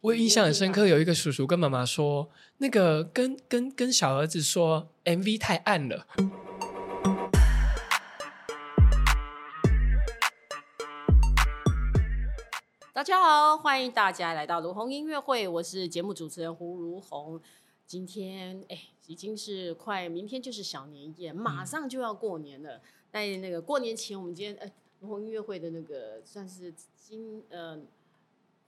我印象很深刻，有一个叔叔跟妈妈说，那个跟跟跟小儿子说 MV 太暗了。大家好，欢迎大家来到卢红音乐会，我是节目主持人胡如红。今天哎，已经是快，明天就是小年夜，嗯马上就要过年了。在、那个过年前，我们今天哎，卢红音乐会的那个算是今呃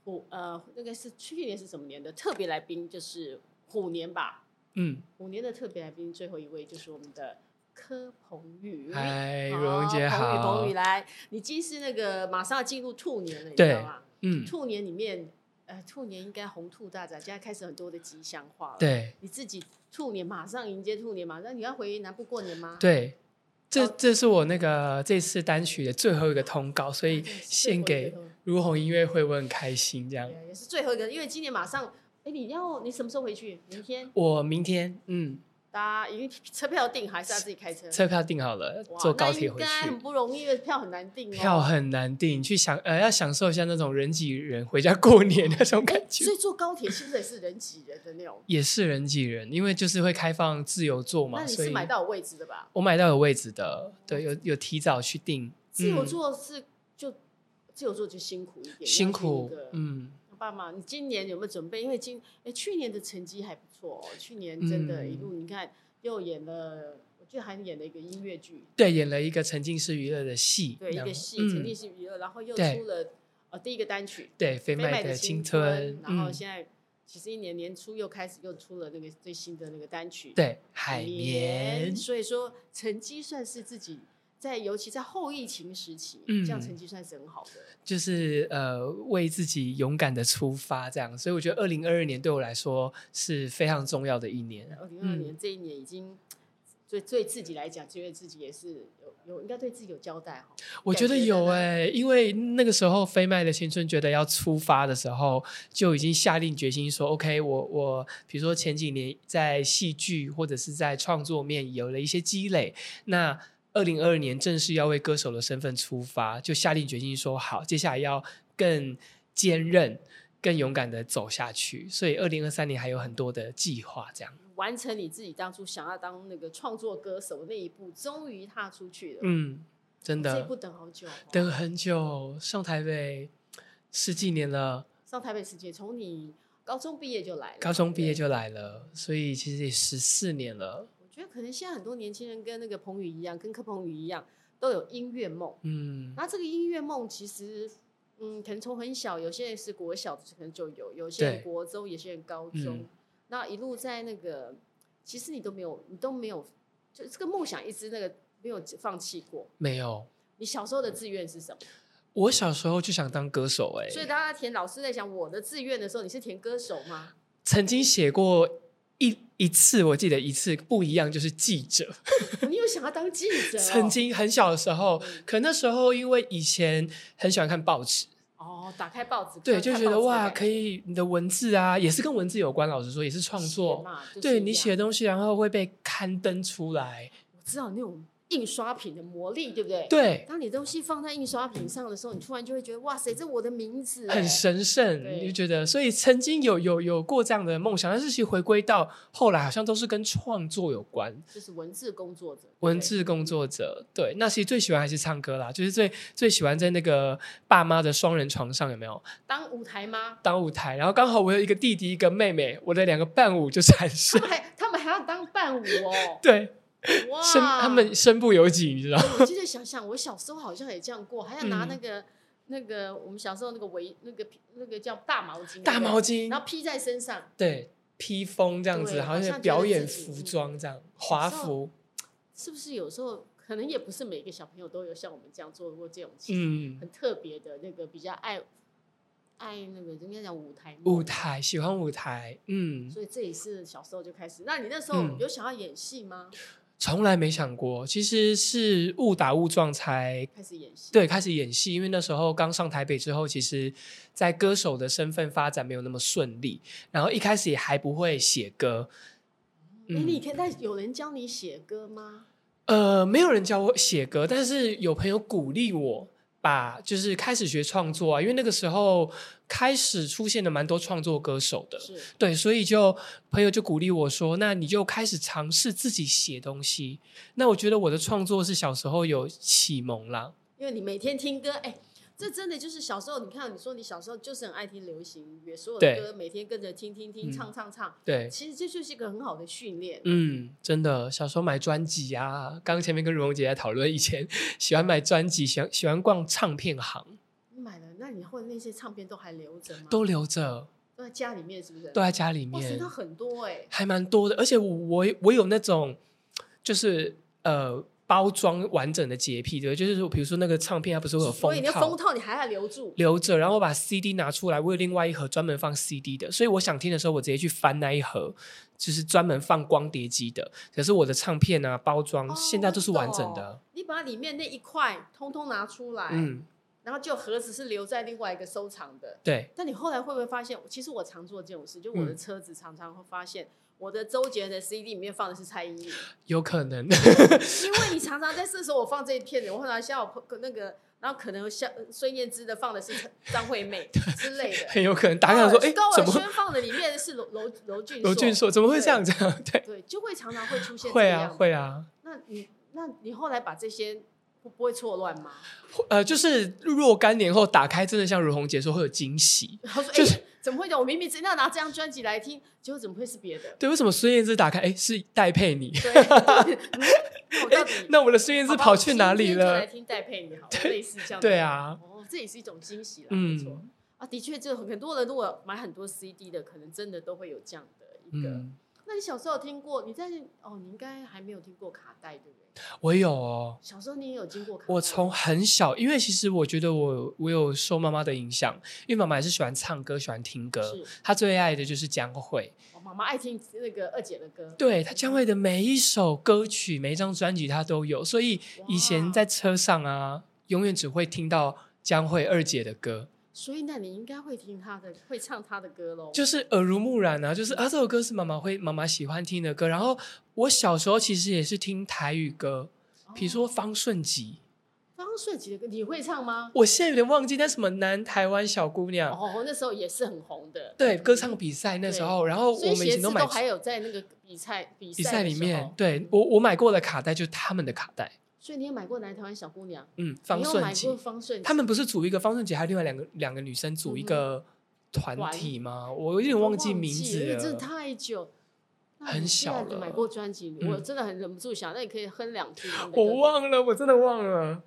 虎呃那个是去年是什么年的特别来宾，就是虎年吧。嗯，虎年的特别来宾最后一位就是我们的柯鹏宇。嗨，如荣姐嗯哦彭宇，好彭宇。来，你既是那个马上要进入兔年了，你知对道吗？嗯，兔年里面，呃，兔年应该红兔大展，现在开始很多的吉祥话了。，对你自己兔年马上迎接兔年，马上你要回南部过年吗？，对，这好这是我那个这次单曲的最后一个通告，所哦以献给如虹音乐会，我很开心。这样，对也是最后一个，因为今年马上，哎，你要你什么时候回去？明天我明天嗯，搭，已经车票订，还是要自己开车？车票订好了，哇坐高铁回那应该很去。不容易，因为票很难订哦。票很难订，去享呃要享受一下那种人挤人回家过年那种感觉。所以坐高铁是不是也是人挤人的那种？也是人挤人，因为就是会开放自由座那嘛，你所是以嗯买到有位置的吧？我买到有位置的，对，有有提早去订。自由嗯做是就自由做就辛苦一点，辛要苦去那个，嗯，爸妈，你今年有没有准备？因为今哎去年的成绩还不错哦，去年真的，嗯一路你看又演了，我记得还演了一个音乐剧，对，演了一个沉浸式娱乐的戏，对，一然后个戏《沉浸嗯，式娱乐》，然后又对出了呃第一个单曲对，飞《飞麦的青春》，然后嗯现在其实一年年初又开始又出了那个最新的那个单曲，对，海绵，所以说成绩算是自己在尤其在后疫情时期，嗯这样成绩算是很好的。就是呃为自己勇敢的出发这样，所以我觉得二零二二年对我来说是非常重要的一年。二零二二年这一年已经对对自己来讲，觉得自己也是有有应该对自己有交代哈。我觉得有感觉哎、因为那个时候《飞麦的青春》觉得要出发的时候，就已经下定决心说，OK，我我比如说前几年在戏剧或者是在创作面有了一些积累，那二零二二年正式要为歌手的身份出发，就下定决心说好，接下来要更坚韧、更勇敢的走下去。所以二零二三年还有很多的计划，这样，完成你自己当初想要当那个创作歌手那一步，终于踏出去了。嗯，真这一的步等好久、哦，等很久，上台北十几年了。上台北世界，从你高中毕业就来了，高中对不毕业对。就来了，所以其实也十四年了。我觉得可能现在很多年轻人跟那个彭宇一样，跟柯鹏宇一样，都有音乐梦。嗯，那这个音乐梦其实，嗯，可能从很小，有些人是国小可能就有，有些对人国中，有些人高中，嗯那一路在那个，其实你都没有，你都没有，就这个梦想一直那个没有放弃过。没有。你小时候的志愿是什么？我小时候就想当歌手、所以哎，大家填老师在想我的志愿的时候，你是填歌手吗？ 曾经写过一一次，我记得一次不一样，就是记者。你有想要当记者、哦？曾经很小的时候嗯，可那时候因为以前很喜欢看报纸，哦，打开报纸，对，就觉得哇，可以以你的文字啊，也是跟文字有关。老实说，也是创作，嘛，就是对一你样写的，东西，然后会被刊登出来。我知道那种印刷品的魔力，对不对？对，当你东西放在印刷品上的时候，你突然就会觉得，哇塞，这我的名字欸，很神圣，对你就觉得，所以曾经有有有过这样的梦想，但是其实回归到后来，好像都是跟创作有关，就是文字工作者，文字工作者。对，那其实最喜欢还是唱歌啦，就是最最喜欢在那个爸妈的双人床上有没有对当舞台吗？当舞台？然后刚好我有一个弟弟，一个妹妹，我的两个伴舞就产他生，，们还他们还要当伴舞哦 对，哇！身他们身不由己，你知道吗？哎，我记得想想，我小时候好像也这样过，还要拿那嗯个、那个我们小时候那个围那个那个叫大毛巾，大毛巾，巾然，后披在身上，对，披风这样子，对好好像像表演觉得自己服装这样，华时候服，是不是有时候可能也不是每个小朋友都有像我们这样做过这种事，嗯，很特别的那个比较爱爱那个应该讲舞台梦舞台喜欢舞台，嗯。所以这也是小时候就开始。那你那时候嗯有想要演戏吗？从来没想过，其实是误打误撞才开始演戏，对开始演戏。因为那时候刚上台北之后，其实，在歌手的身份发展没有那么顺利，然后一开始也还不会写歌。哎、你以前在有人教你写歌吗？呃，没有人教我写歌，但是有朋友鼓励我，把就是开始学创作啊，因为那个时候开始出现了蛮多创作歌手的，是对，所以就朋友就鼓励我说，那你就开始尝试自己写东西。那我觉得我的创作是小时候有启蒙啦，因为你每天听歌，哎、这真的就是小时候，你看你说你小时候就是很爱听流行音乐，所有的对歌每天跟着听听听，嗯唱唱唱，对。其实这就是一个很好的训练。嗯，真的，小时候买专辑啊，刚前面跟如虹姐在讨论，以前喜欢买专辑，喜欢喜欢逛唱片行，你买了，那你会那些唱片都还留着吗？都留着，都在家里面是不是？都在家里哇塞，面那，很多哎、还蛮多的。而且我我我有那种，就是呃，包装完整的洁癖，对，就是说比如说那个唱片，它不是会有所以封你的套封套你还要留住，留着，然后我把 CD 拿出来，我有另外一盒专门放 CD 的，所以我想听的时候，我直接去翻那一盒，就是专门放光碟机的。可是我的唱片啊，包装、哦现在都是完整我懂的。你把里面那一块通通拿出来，嗯，然后就盒子是留在另外一个收藏的。对，但你后来会不会发现，其实我常做这种事，就我的嗯车子常常会发现，我的周杰伦的 CD 里面放的是蔡依 林，有可能。因为你常常在这时候我放这一片的，我后来像我朋那个，然后可能像呃孙燕姿的放的是陈张惠妹之类的，很有可能 打开说，哎、高怎尔么宣放的里面是娄娄娄俊罗俊硕，硕怎么会这样这样？ 对，对，就会常常会出 现会这啊样子会啊，那你那你后来把这些不不会错乱吗？ 呃，就是若干年后打开，真的像如红姐说会有惊喜。然后说，哎、就是怎么会的？我明明真的要拿这张专辑来听，结果怎么会是别的？对，为什么孙燕姿打开，哎、是戴佩妮？ 对，对嗯那我到底、那我的孙燕姿好吧跑去哪里我今天就来了？听戴佩妮好了，类似这样。对，啊，哦，这也是一种惊喜啦，没错嗯啊，的确，就很多人如果买很多 CD 的，可能真的都会有这样的一个。嗯，那你小时候有听过？你在哦，你应该还没有听过卡带，对不对？我有哦。小时候你也有经过卡带吗，我从很小，因为其实我觉得我我有受妈妈的影响，因为妈妈也是喜欢唱歌，喜欢听歌是。她最爱的就是江蕙，我妈妈爱听那个二姐的歌，对她江蕙的每一首歌曲、每一张专辑她都有，所以以前在车上啊，永远只会听到江蕙二姐的歌，所以那你应该会听她的，会唱她的歌喽。就是耳濡目染啊，就是啊这首歌是妈妈会妈妈喜欢听的歌。然后我小时候其实也是听台语歌，比如说方方顺吉，哦方顺吉的歌，你会唱吗？我现在有点忘记，但什么南台湾小姑娘。哦，那时候也是很红的。嗯对歌唱比赛那时候，然后所以我们以前鞋子都都买还有在那个比赛比比赛赛的里时面候，对我我买过的卡带就是他们的卡带，所以你有买过南台湾小姑娘，嗯，方你有顺买过吉，方顺吉，他们不是组一个方顺吉，还有另外两个两个女生组一嗯个团体吗？我有点忘记名字因为真的了。太久。那你很既然小了买过专辑，嗯我真的很忍不住想，那你可以哼两句他们的歌。我忘了，我真的忘了。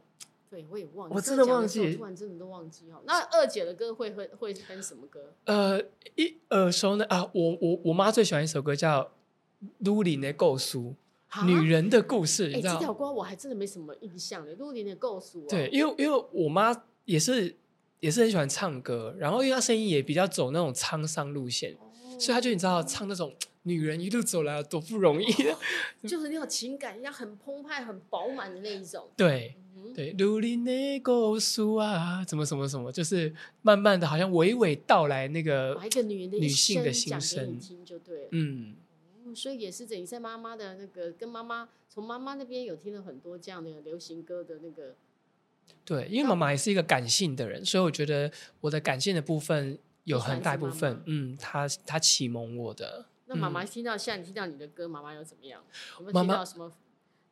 对我也忘，我你真这的样忘讲时候记突然真的都忘记哦。那二姐的歌会哼会哼什么歌？呃，一耳熟呢啊，我我我妈最喜欢一首歌叫《卢林的构书》，啊女人的故事，你哎、知这条道？歌我还真的没什么印象的，陆林的构诉、啊。对，，因为因为我妈也是也是很喜欢唱歌，然后因为她声音也比较走那种沧桑路线，哦所以他就你知道唱那种女人一路走来多不容易，哦就是那种情感要很澎湃、很饱满的那一种。 对嗯哼，对，努力那个诉啊，怎么什么什么，就是慢慢的好像娓娓道来那个把一，个女人的女一性的生心讲给声你听就对了。嗯，嗯所以也是等于在妈妈的那个跟妈妈从妈妈那边有听了很多这样的流行歌的那个，对，因为妈妈也是一个感性的人，所以我觉得我的感性的部分有很大一部你分喜欢，嗯，她她启蒙我的，那妈妈听到现在听到你的歌，妈妈又怎么样？有没有嗯妈听妈到什么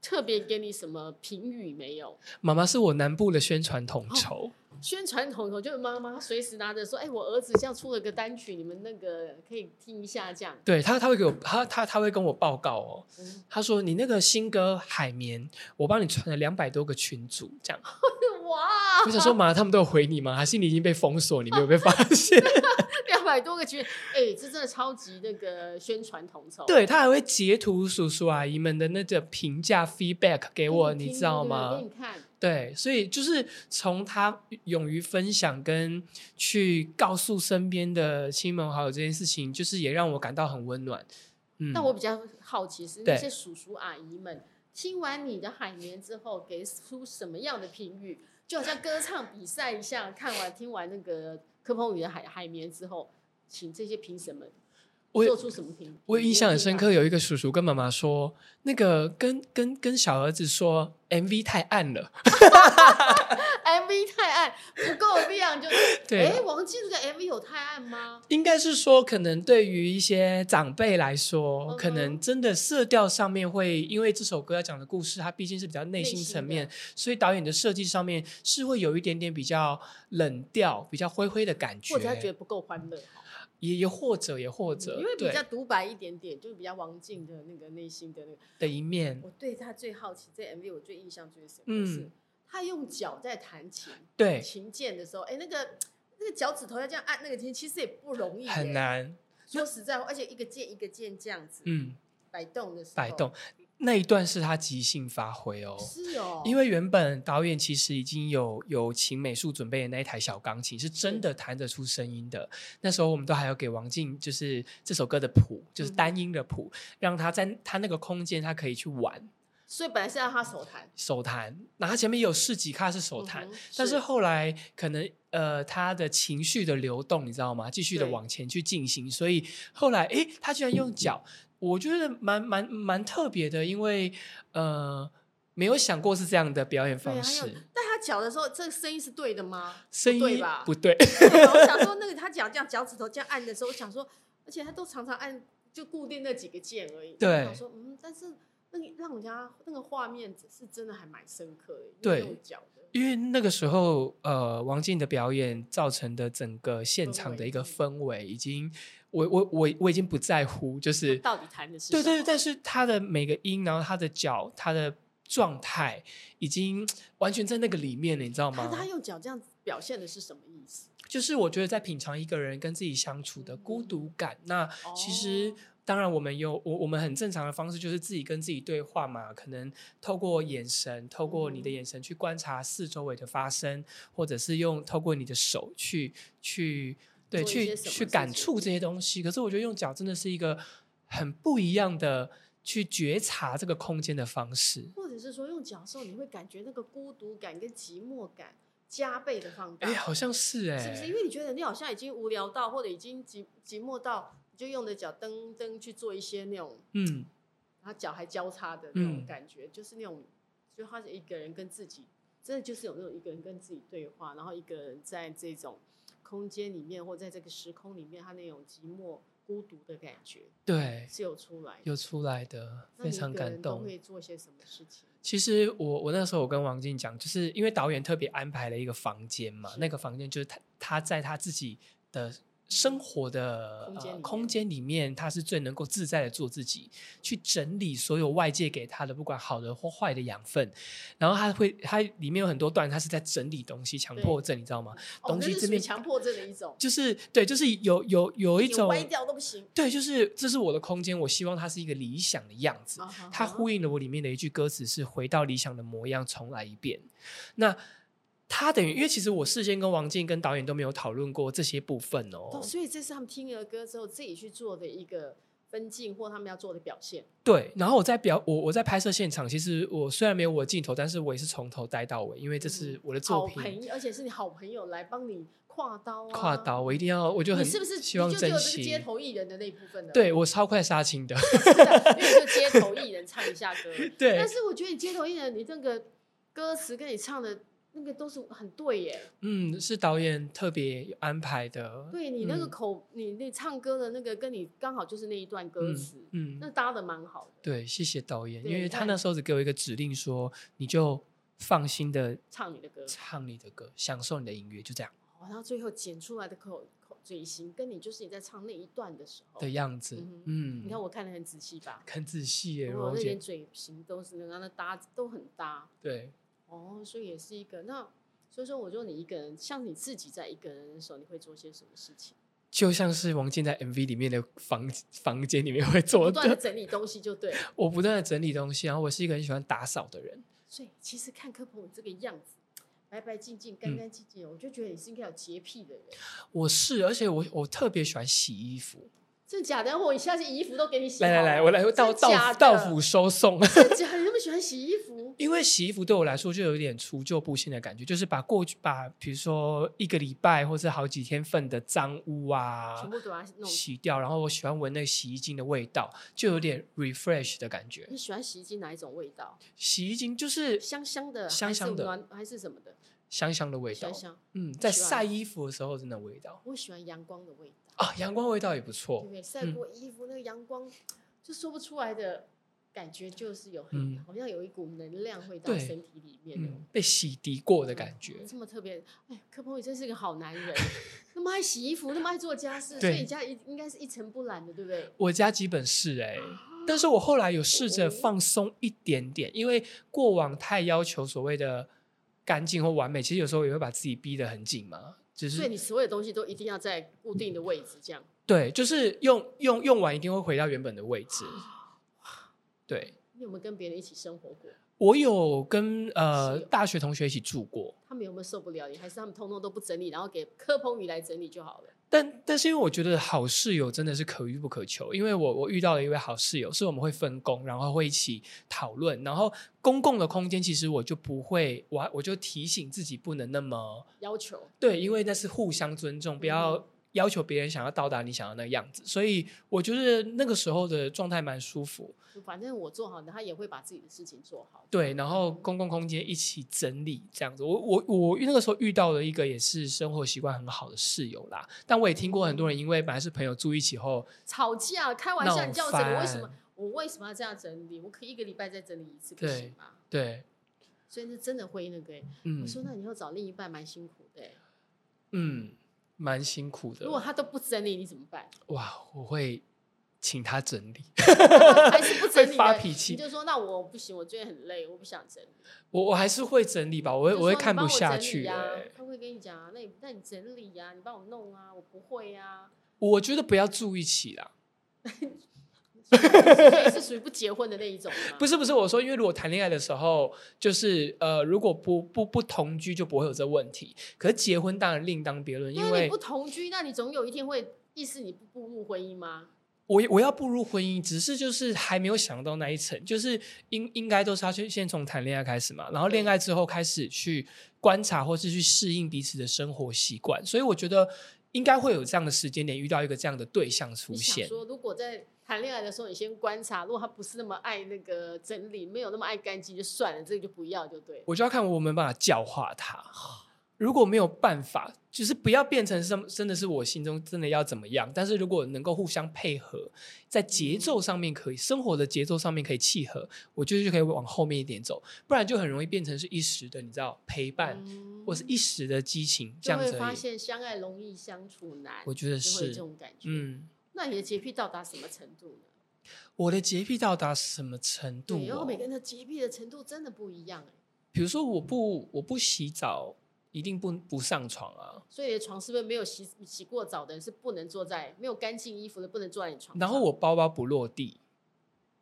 特别给你什么评语没有？妈妈是我南部的宣传统筹，哦宣传统头就是妈妈随时拿着说，哎、我儿子这样出了个单曲，你们那个可以听一下这样。 对她她会给我她她她会跟我报告哦，嗯他说：“你那个新歌《海绵》，我帮你传了两百多个群组，这 样。哇，我想说，妈，他们都有回你吗？还是你已经被封锁，你没有被发现？两百多个群，哎、这真的超级那个宣传统筹。对他还会截图叔叔阿姨们的那个评价 feedback 给给我，你你听知道对不对给吗你？看，对，所以就是从他勇于分享跟去告诉身边的亲朋好友这件事情，就是也让我感到很温暖。嗯，但我比较好奇是对那些叔叔阿姨们听完你的《海绵》之后，给出什么样的评语？就好像歌唱比赛一样，看完听完那个柯鹏宇的海《海绵》之后，请这些评审们我做出什么评？我有印象很深刻，评有一个叔叔跟妈妈说，那个跟跟跟小儿子说 MV 太暗了，价。MV 啊太暗，不够亮，就 对啊哎，王静这个 MV 有太暗吗？应该是说可能对于一些长辈来说，嗯哼可能真的色调上面会，因为这首歌要讲的故事，它毕竟是比较内心层面内，所以导演的设计上面是会有一点点比较冷调、比较灰灰的感觉，或者他觉得不够欢乐，也也或者也或者因为比对较独白一点点，就是比较王静的那个内心的那个。的一面，我对他最好奇，这 MV 我最印象最深嗯刻是，他用脚在弹琴，对，琴键的时候，哎，那个那个脚趾头要这样按那个琴，其实也不容易，很。难，说实在话，而且一个键一个键这样子嗯，摆动的时候，摆动那一段是他即兴发挥哦，是哦，因为原本导演其实已经有有请美术准备的那一台小钢琴，是真的弹得出声音的。那时候我们都还要给王静，就是这首歌的谱，就是嗯单音的谱，让他在他那个空间，他可以去玩所以本来是让他手弹，手弹。那他前面有试几卡是手弹，嗯哼但是后来可能呃他的情绪的流动，你知道吗？继续的对往前去进行，所以后来诶，他居然用脚，我觉得蛮蛮蛮特别的，因为呃没有想过是这样的表演对，啊方还式。有，但他脚的时候，这个声音是对的吗？声音不对吧？不对， 对我想说，那个他脚这样脚趾头这样按的时候，我想说，而且他都常常按就固定那几个键而已。对我想说，嗯，但是那个让人家那个画面是真的还蛮深刻的，对用脚的。因为那个时候，呃，王静的表演造成的整个现场的一个氛围，已经，我我我我已经不在乎， 就是到底弹的是对对什对，么但是他的每个音，然后他的脚，他的状态，已经完全在那个里面了，你知道他吗？他用脚这样表现的是什么意思？就是我觉得在品尝一个人跟自己相处的孤独感。那其实哦当然我们有我我们很正常的方式就是自己跟自己对话嘛，可能透过眼神，透过你的嗯眼神去观察四周围的发生，或者是用透过你的手去去对做一去些什么去事感情嗯触这些东西。可是我觉得用脚真的是一个很不一样的去觉察这个空间的方式。或者是说用脚的时候，你会感觉那个孤独感跟寂寞感加倍的放大。哎，好像是哎、是不是？因为你觉得你好像已经无聊到，或者已经寂寂寞到，你就用着脚蹬蹬去做一些那种，嗯，然后脚还交叉的那种嗯感觉，就是那种，就他是一个人跟自己，真的就是有那种一个人跟自己对话，然后一个人在这种空间里面或在这个时空里面，他那种寂寞孤独的感觉对，是有出来的。有出来的，那非你常一个人感都动。会做些什么事情？其实我我那时候我跟王静讲，就是因为导演特别安排了一个房间嘛，是那个房间就是他他在他自己的生活的空间里呃、面空间里面，他是最能够自在的做自己，去整理所有外界给他的不管好的或坏的养分，然后他会他里面有很多段，他是在整理东西，强迫症你知道吗？哦，东那西是这属于边强迫症的一种，就是对，就是有有有一你种歪掉都不行。对，就是这是我的空间，我希望它是一个理想的样子。啊哈它哈呼应了我里面的一句歌词是“回到理想的模样，重来一遍”。那他等于，因为其实我事先跟王静跟导演都没有讨论过这些部分哦，哦。所以这是他们听了歌之后自己去做的一个分镜，或他们要做的表现。对，然后我在表我我在拍摄现场，其实我虽然没有我的镜头，但是我也是从头待到尾，因为这是我的嗯好作品。朋友，而且是你好朋友来帮你跨刀啊，跨刀，我一定要，我就你很是不是希望你就只珍有这个街惜。头艺人的那一部分的？对我超快杀青 的，是的，因为你就街头艺人唱一下歌。 对但，是我觉得你街头艺人，你那个歌词跟你唱的那个都是很对耶，嗯，是导演特别安排的。对你那个嗯口，你那唱歌的那个跟你刚好就是那一段歌词，嗯，嗯那搭的蛮好的，对，谢谢导演，对因为你他看那时候只给我一个指令说，你就放心的唱你的歌。唱你的歌，享受你的音乐，就这样哦，然后最后剪出来的口口嘴型，跟你就是你在唱那一段的时候，的样子嗯哼。嗯，你看我看得很仔细吧，很仔细耶，我荣那姐连。嘴型都是那那搭都很搭，对，哦，所以也是一个那。所以说，我说你一个人，像你自己在一个人的时候，你会做些什么事情？就像是王健在 MV 里面的房房间里面会做不断的的，整理东西就对了。 我不断的整理东西，然后我是一个很喜欢打扫的人。所以其实看柯鹏这个样子，白白净净、嗯干干净净，我就觉得你是应该有洁癖的人。我是，而且我我特别喜欢洗衣服，真的假的？我一下子衣服都给你洗好来了。来来，我来到真假到的到府收送。 真的假的？你那么喜欢洗衣服？因为洗衣服对我来说就有一点除旧布新的感觉，就是把过去把比如说一个礼拜或是好几天份的脏污啊全部都把它弄。洗掉，然后我喜欢闻那个洗衣精的味道，就有点 refresh 的感觉。你喜欢洗衣机哪一种味道？洗衣精就是香香的，香香的还是暖还是什么的？香香的味道香，香。嗯，在喜欢晒衣服的时候真的味道我喜欢阳光的味道，啊，阳光味道也不对错不。对？晒过衣服那个阳光，就说不出来的感觉，就是有很嗯好像有一股能量会到对身体里面的嗯，被洗涤过的感觉，这么特别，哎，柯鹏宇真是个好男人， 那么爱洗衣服，那么爱做家事，所对以你家应应该是一尘不染的，对不对？我家基本是哎、啊但是我后来有试着放松一点点，因为过往太要求所谓的干净或完美，其实有时候也会把自己逼得很紧嘛。只所以是你所有东西都一定要在固定的位置，这样。对，就是用用用完一定会回到原本的位置。啊对，你有没有跟别人一起生活过？我有跟呃是哦大学同学一起住过，他们有没有受不了你？还是他们通通都不整理，然后给柯鹏宇来整理就好了？但但是因为我觉得好室友真的是可遇不可求，因为我我遇到了一位好室友，是我们会分工，然后会一起讨论，然后公共的空间其实我就不会，我我就提醒自己不能那么要求对，因为那是互相尊重，不嗯要要求别人想要到达你想要那个样子，所以我觉得那个时候的状态蛮舒服，反正我做好的，他也会把自己的事情做好。对，然后公共空间一起整理这样子，我我我那个时候遇到了一个也是生活习惯很好的室友啦，但我也听过很多人因为本来是朋友住一起后。吵架、开玩笑，闹你叫我整理，翻为什么我为什么要这样整理？我可以一个礼拜再整理一次，不对行吗？对，所以那真的会那个欸、嗯我说那你要找另一半蛮辛苦的欸、嗯，蛮辛苦的如。果他都不整理，你怎么 办？哇，我会请他整理。还是不整理会的发脾气你就说那我不行，我最近很累，我不想整理。我我还是会整理吧，我会就说我会你看帮不我下整理去、啊欸。他会跟你讲啊，那你那你整理呀、啊，你帮我弄啊，我不 会啊。我觉得不要住一起啦。所以是属于不结婚的那一种吗？不是不是，我说，因为如果谈恋爱的时候，就是呃，如果不不不同居，就不会有这问题。可是结婚当然另当别论，因那你为不同居，那你总有一天会意识你不步入婚姻吗？我我要步入婚姻，只是就是还没有想到那一层，就是应应该都是要去先从谈恋爱开始嘛，然后恋爱之后开始去观察或是去适应彼此的生活习惯，所以我觉得应该会有这样的时间点遇到一个这样的对象出你想现。说，如果在谈恋爱的时候，你先观察，如果他不是那么爱那个整理，没有那么爱干净，就算了，这个就不要就对了。我就要看我有没有办法教化他。啊如果没有办法，就是不要变成什么，真的是我心中真的要怎么样。但是如果能够互相配合，在节奏上面可以，生活的节奏上面可以契合，我觉得就可以往后面一点走，不然就很容易变成是一时的，你知道陪伴、嗯或是一时的激情这就样会子而发已。现相爱容易相处难，我觉得就会有这是，种感觉。嗯，那你的洁癖到达什么程度呢？我的洁癖到达什么程度、对，然后哦每个？人的洁癖的程度真的不一样、欸、比如说，我不我不洗澡，一定不不上床啊。所以你的床是不是没有洗洗过澡的人是不能坐在没有干净衣服的不能坐在你床上？然后我包包不落地，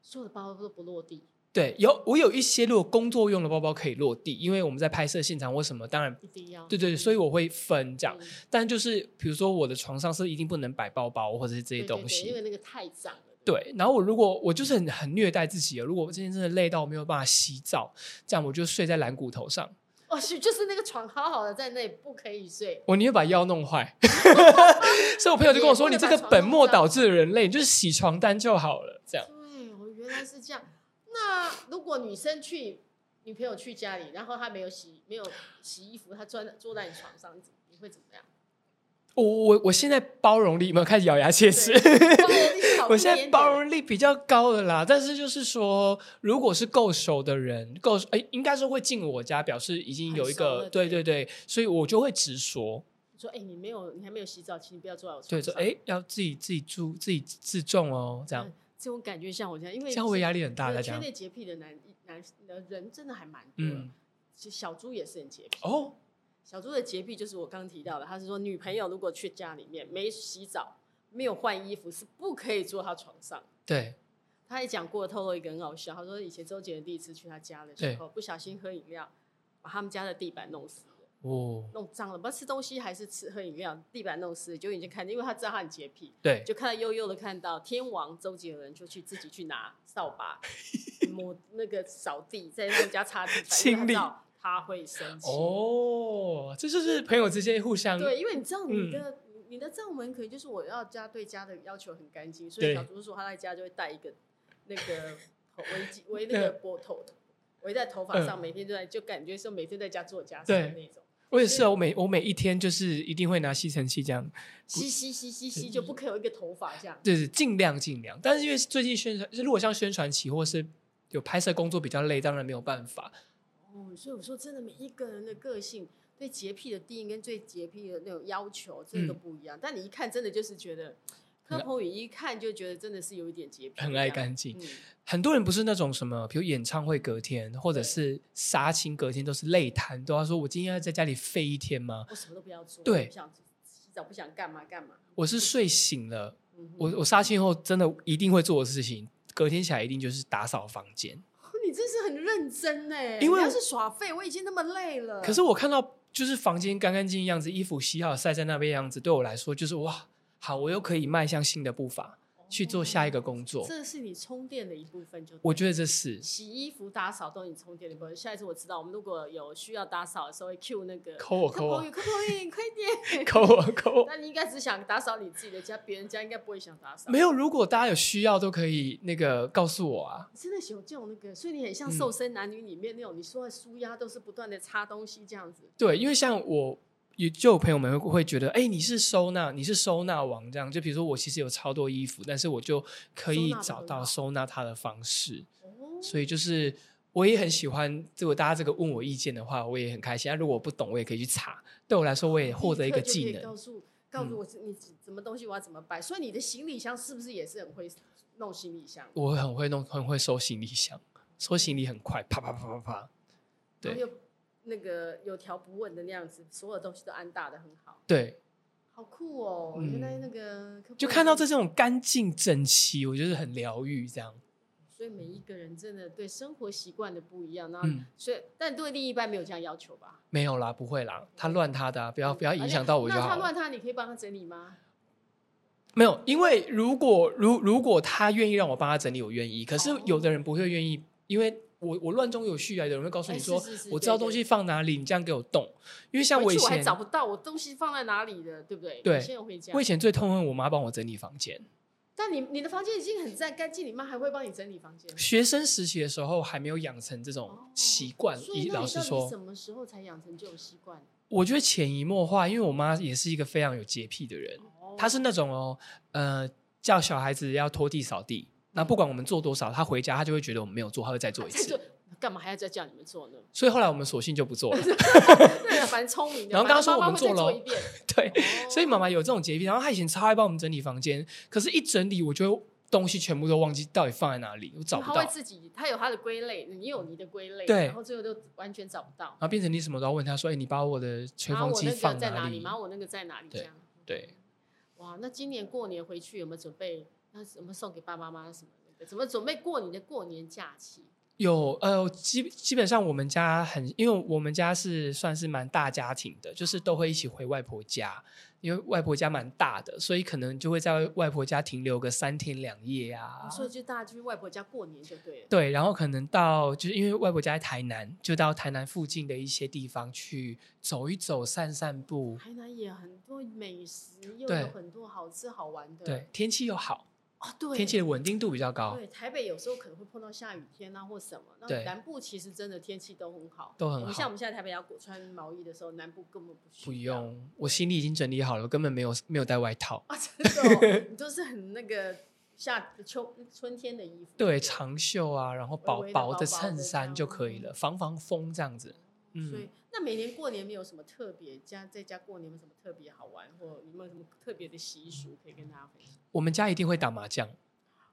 所有的包包都不落地，对，有我有一些如果工作用的包包可以落地，因为我们在拍摄现场或什么，当然一定要对对，对所以我会分这样。嗯但就是比如说我的床上是一定不能摆包包或者是这些对对东对西，因为那个太脏了。对对，然后我如果我就是很很虐待自己哦了，如果我今天真的累到我没有办法洗澡，这样我就睡在蓝骨头上，哦，是就是那个床好好的在那里不可以睡，我宁愿把腰弄坏。 所以我朋友就跟我说：“你也不这能个把床本末弄脏倒置的人类，你就是洗床单就好了。”这样对，我原来是这样。那如果女生去女朋友去家里，然后她没有洗没有洗衣服，她坐在坐在你床上，你怎你会怎么样？我我我现在包容力有没有开始咬牙切齿？ 对我现在包容力比较高的啦，但是就是说，如果是够熟的人，够哎、应该是会进我家，表示已经有一很熟个了对对对对，所以我就会直说，说，哎、你没有，你还没有洗澡，请你不要坐在我对，床说上。哎、要自己自己注自己自重哦，这样嗯这种感觉像我这样，因为这样我压力很大，有大缺家内洁癖的男男男人真的还蛮多的。嗯其实小猪也是很洁癖。哦小猪的洁癖就是我刚提到的，他是说女朋友如果去家里面没洗澡、没有换衣服，是不可以坐他床上。对他也讲过，透露一个很好笑，他说以前周杰伦第一次去他家的时候，不小心喝饮料，把他们家的地板弄死了。哦，弄脏了，不知道吃东西还是吃喝饮料，地板弄湿就已经看见，因为他知道他很洁癖，对，就看到悠悠的看到天王周杰伦就去自己去拿扫把 抹那个扫地，在他们家擦地板，因为他清理知道他会生气。哦，这就是朋友之间互相对，因为你知道你嗯的、你的罩门可能就是我要家对家的要求很干净，所对以小猪说他在家就会带一个那个围巾围那个脖头的围在头发上，嗯每天都在就感觉是每天在家做家事对的那种，我也是啊，我每我每一天就是一定会拿吸尘器这样，吸吸吸吸吸就不可以有一个头发这样。就是尽量尽量。但是因为最近宣传，如果像宣传期或是有拍摄工作比较累，当然没有办法。哦，所以我说真的，每一个人的个性对洁癖的定义跟最洁癖的那种要求真嗯的都不一样。但你一看，真的就是觉得柯鹏宇一看就觉得真的是有一点洁癖这样，很爱干净嗯，很多人不是那种什么，比如演唱会隔天或者是杀青隔天都是累瘫，都要说我今天要在家里废一天吗？我什么都不要做，对不想洗澡，不想干嘛干嘛。我是睡醒了，嗯哼，我我杀青后真的一定会做的事情，隔天起来一定就是打扫房间。你真是很认真哎，因为你要是耍废，我已经那么累了。可是我看到就是房间干干净净样子，衣服洗好晒在那边样子，对我来说就是哇，好，我又可以迈向新的步伐去做下一个工作。这是你充电的一部分就对了，我觉得这是洗衣服、打扫都是你充电的一部分。下一次我知道，我们如果有需要打扫的时候，会 Q 那个 啊抠我柯抠我鹏宇，柯鹏宇，快点！抠我 抠我。那你应该只想打扫你自己的家，别人家应该不会想打扫。没有，如果大家有需要都可以那个告诉我啊。你真的有这种那个，所以你很像瘦嗯身男女里面那种，你说的舒压都是不断的擦东西这样子。对，因为像我。也就有朋友们会会觉得，哎、你是收纳，你是收纳王这样。就比如说，我其实有超多衣服，但是我就可以收纳得找很到好收纳它的方式。哦，所以就是我也很喜欢，如果大家这个问我意见的话，我也很开心。啊、如果我不懂，我也可以去查。对我来说，我也获得一个立刻就可技以能嗯告。诉告诉我是你什么东西我要怎么摆。所以你的行李箱是不是也是很会弄行李箱？我很会弄，很会收行李箱，收行李很快，啪啪啪啪啪。嗯对然后又那个有条不紊的那样子，所有东西都安搭的很好，对，好酷哦！嗯原来那个就看到这。这种干净整齐，我觉得很疗愈。这样，所以每一个人真的对生活习惯的不一样，那、嗯所以但对另一半没有这样要求吧？没有啦，不会啦，他乱他的、啊，不要不要而影且响到我就那他好了。乱他，你可以帮他整理吗？没有，因为如果如如果他愿意让我帮他整理，我愿意。可是哦有的人不会愿意，因为我我乱中有序啊。有人会告诉你哎说，是是是我知道对对东西放哪里，你这样给我动。因为像回以去我还前，找不到我东西放在哪里了，对不对？对我现在回家我。以前最痛恨我妈帮我整理房间。但你你的房间已经很在干净，你妈还会帮你整理房间。学生时期的时候还没有养成这种哦习惯。所以以那老你实到底说什，么时候才养成这种习惯？我觉得潜移默化，因为我妈也是一个非常有洁癖的人。哦他是那种哦，呃，叫小孩子要拖地扫地，嗯那不管我们做多少，他回家他就会觉得我们没有做，他会再做一在做 次。哦干嘛还要再叫你们做呢？ 所以后来我们索性就不做了。对啊，蛮聪明的。然后刚刚说反正妈妈我们做会再了做一遍，对，哦所以妈妈有这种洁癖，然后她以前超爱帮我们整理房间，可是一整理我就会东西全部都忘记到底放在哪里，我找不他到，会然自己，他有他的归类，你有你的归类，对然后最后都完全找不到。后变成你什么都要问她说，哎、你把我的吹然后风我机那个放在哪里？妈，我那个在哪里？这对样。对，哇，那今年过年回去有没有准备？那什么送给爸爸妈妈什么那个？怎么准备过你的过年假期？有呃，基基本上我们家很，因为我们家是算是蛮大家庭的，就是都会一起回外婆家，因为外婆家蛮大的，所以可能就会在外婆家停留个三天两夜啊。所以就大家去外婆家过年就对了。对，然后可能到就是因为外婆家在台南，就到台南附近的一些地方去走一走、散散步。台南也很多美食，又对有很多好吃好玩的。对，天气又好，啊，对，天气的稳定度比较高，对，台北有时候可能会碰到下雨天啊，或什么。那对南部其实真的天气都很好，都很我好们像我们现在台北要穿毛衣的时候，南部根本不需不要。用。我行李已经整理好了，根本没有没有带外套。啊，真的、 哦，你都是很那个夏秋春天的衣服。对，长袖啊，然后薄微微的薄薄的薄衬的这衫样嗯就可以了，防防风这样子。所嗯以，那每年过年没有什么特别，家在家过年有什么特别好玩，或有没有什么特别的习俗可以跟大家分享？我们家一定会打麻将，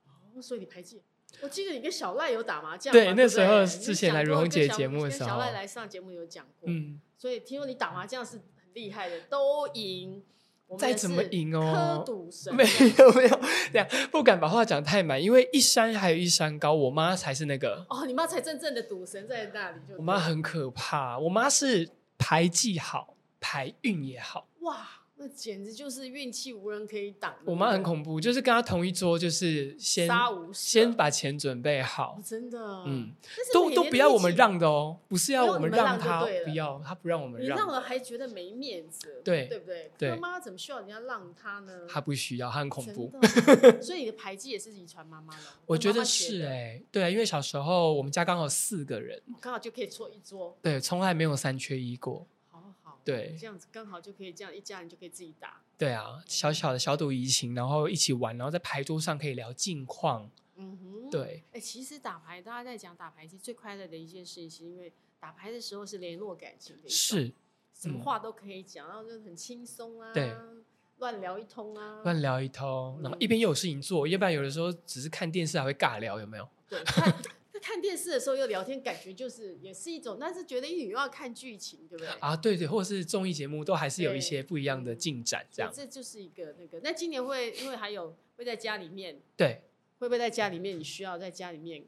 哦，所以你排挤，我记得你跟小赖有打麻将嘛，对对不对，那时候你之前讲来过如虹跟姐小节目的跟时小赖候来上节目有讲过，嗯，所以听说你打麻将是很厉害的，都赢，我们再也怎么是赢科哦赌神没有没有，这样嗯不敢把话讲太满，因为一山还有一山高，我妈才是那个，哦，你妈才真正的赌神在那里就对了，我妈很可怕，我妈是排技好，排运也好。哇，那简直就是运气无人可以挡。我妈很怖，恐怖，就是跟她同一桌，就是先杀无赦先把钱准备好哦，真的，嗯但是每都年都不要我一们起让的哦，不是要不要我你们们让让就她，对了不要她不让我们你让让，了还觉得没面子，对对不对？对他妈怎么需要人家让他呢？她不需要，她很恐怖。真 的所以你的排挤也是遗传妈妈的，我觉妈得妈是的哎、对，因为小时候我们家刚好四个人，我刚好就可以坐一桌，对，从来没有三缺一过。好好，对这样子刚好就可以这样，一家人就可以自己打，对啊，小小的小赌怡情，然后一起玩，然后在牌桌上可以聊近况。嗯哼，。对，哎、其实打牌，大家在讲打牌，其实最快乐的一件事情，是因为打牌的时候是联络感情的一种，是什么嗯话都可以讲，然后就很轻松啊，对，乱聊一通啊，乱聊一通，然后嗯一边又有事情做，要不然有的时候只是看电视还会尬聊，有没有？ 对，看那看电视的时候又聊天，感觉就是也是一种，但是觉得一女又要看剧情，对不对？啊，对对，或者是综艺节目都还是有对嗯一些不一样的进展，这所以样这就是一个那个。那今年会因为还有会在家里面，对。会不会在家里面你需要在家里面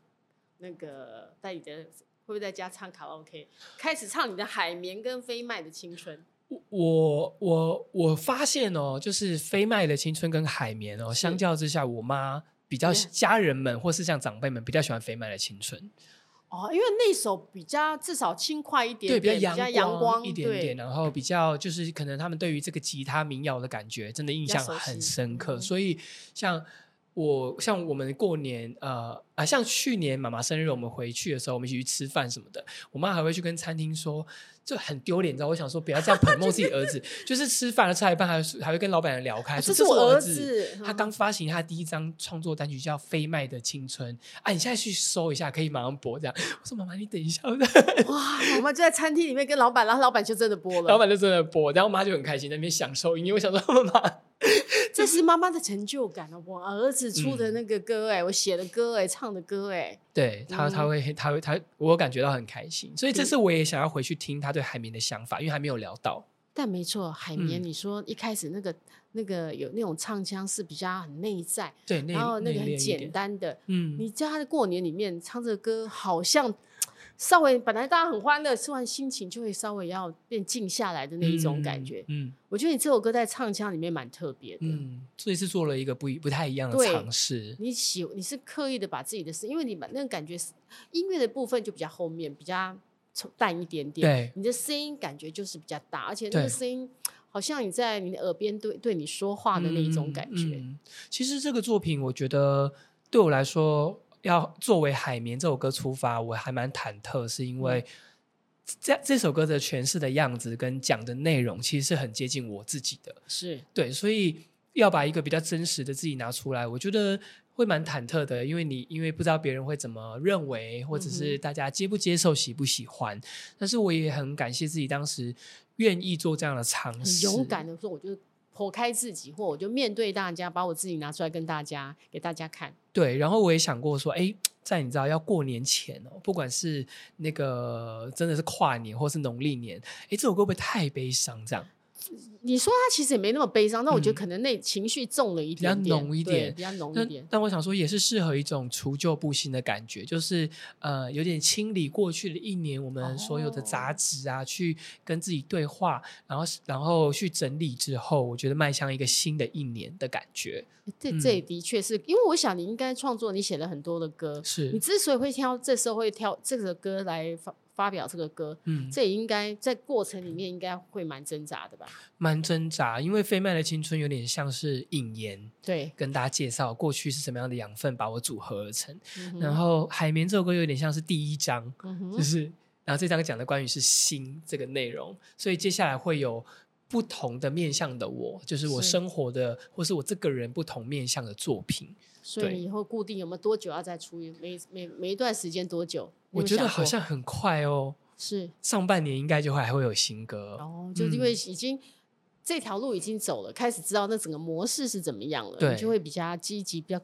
那个在你的会不会在家唱卡拉 OK，开始唱你的《海绵》跟《飞麦的青春》我我我我发现哦，就是飞麦的青春跟海绵哦，是相较之下，我妈比较对家人们或是像长辈们比较喜欢飞麦的青春，哦，因为那首比较至少轻快一点对，点，比较比较阳光一点点，对啊然后比较就是可能他们对于这个吉他民谣的感觉真的印象比较熟悉很深刻，嗯所以像。我像我们过年，呃啊，像去年妈妈生日，我们回去的时候，我们一起去吃饭什么的，我妈还会去跟餐厅说，这很丢脸，你知道？我想说不要这样 捧梦自己儿子，就是吃饭了吃到一半还还会跟老板娘聊开，啊说这是我儿儿子嗯他刚发行他第一张创作单曲叫《飞麦的青春》，啊，你现在去搜一下，可以马上播这样。 我说妈妈，你等一下， 哇，我们就在餐厅里面跟老板，然后老板就真的播了，老板就真的播，然后我妈就很开心在那边享受音乐。我想说 妈妈，这是妈妈的成就感哦，我儿子出的那个歌哎、我写的歌哎、唱的歌哎、对她嗯她会她会她，我有感觉到很开心，所以这次我也想要回去听她对海绵的想法，因为还没有聊到。但没错，海绵，嗯你说一开始那个、那个有那种唱腔是比较很内在，对，那然后那那练个很一简点，单的，嗯，你叫他在过年里面唱这个歌，好像稍微本来大家很欢乐，吃完心情就会稍微要变静下来的那一种感觉。嗯我觉得你这首歌在唱腔里面蛮特别的。嗯，这一次做了一个不一不太一样的对尝试。你喜你是刻意的把自己的事，因为你把那个感觉是音乐的部分就比较后面，比较淡一点点。对你的声音感觉就是比较大，而且那对个声音好像你在你的耳边对对你说话的那一种感觉。嗯嗯其实这个作品，我觉得对我来说，要作为《海绵》这首歌出发，我还蛮忐忑，是因为嗯这这首歌的诠释的样子跟讲的内容，其实是很接近我自己的。是对，所以要把一个比较真实的自己拿出来，我觉得会蛮忐忑的，因为你因为不知道别人会怎么认为，或者嗯是哼大家接不接受、喜不喜欢。但是我也很感谢自己当时愿意做这样的尝很试，勇敢的说，我就剖开自己，或我就面对大家，把我自己拿出来跟大家给大家看。对，然后我也想过说，哎，在你知道要过年前哦，不管是那个真的是跨年或是农历年，哎，这首歌会不会太悲伤？这样你说他其实也没那么悲伤，但我觉得嗯可能那情绪重了一点点，比较浓一对点比较浓一但点。但我想说，也是适合一种除旧布新的感觉，就是呃，有点清理过去的一年我们所有的杂哦质啊，去跟自己对话，然后然后去整理之后，我觉得迈向一个新的一年的感觉这嗯这也的确是因为我想你应该创作，你写了很多的歌，你是，之所以会挑这时候会挑这个歌来发发表这个歌，嗯，这也应该在过程里面应该会蛮挣扎的吧？蛮挣扎，因为飞麦的青春有点像是引言。对，跟大家介绍过去是什么样的养分把我组合而成。嗯然哼后《海绵》这首歌有点像是第一章，嗯就哼，是然后这章讲的关于是心这个内容，所以接下来会有。不同的面向的我，就是我是生活的，或是我这个人不同面向的作品，所以对你以后固定有没有多久要再出一？每每每一段时间多久？你我有没有觉得想过好像很快哦，是上半年应该就会还会有新歌。哦，就是因为嗯已经。这条路已经走了，开始知道那整个模式是怎么样了，对你就会比较积极，比较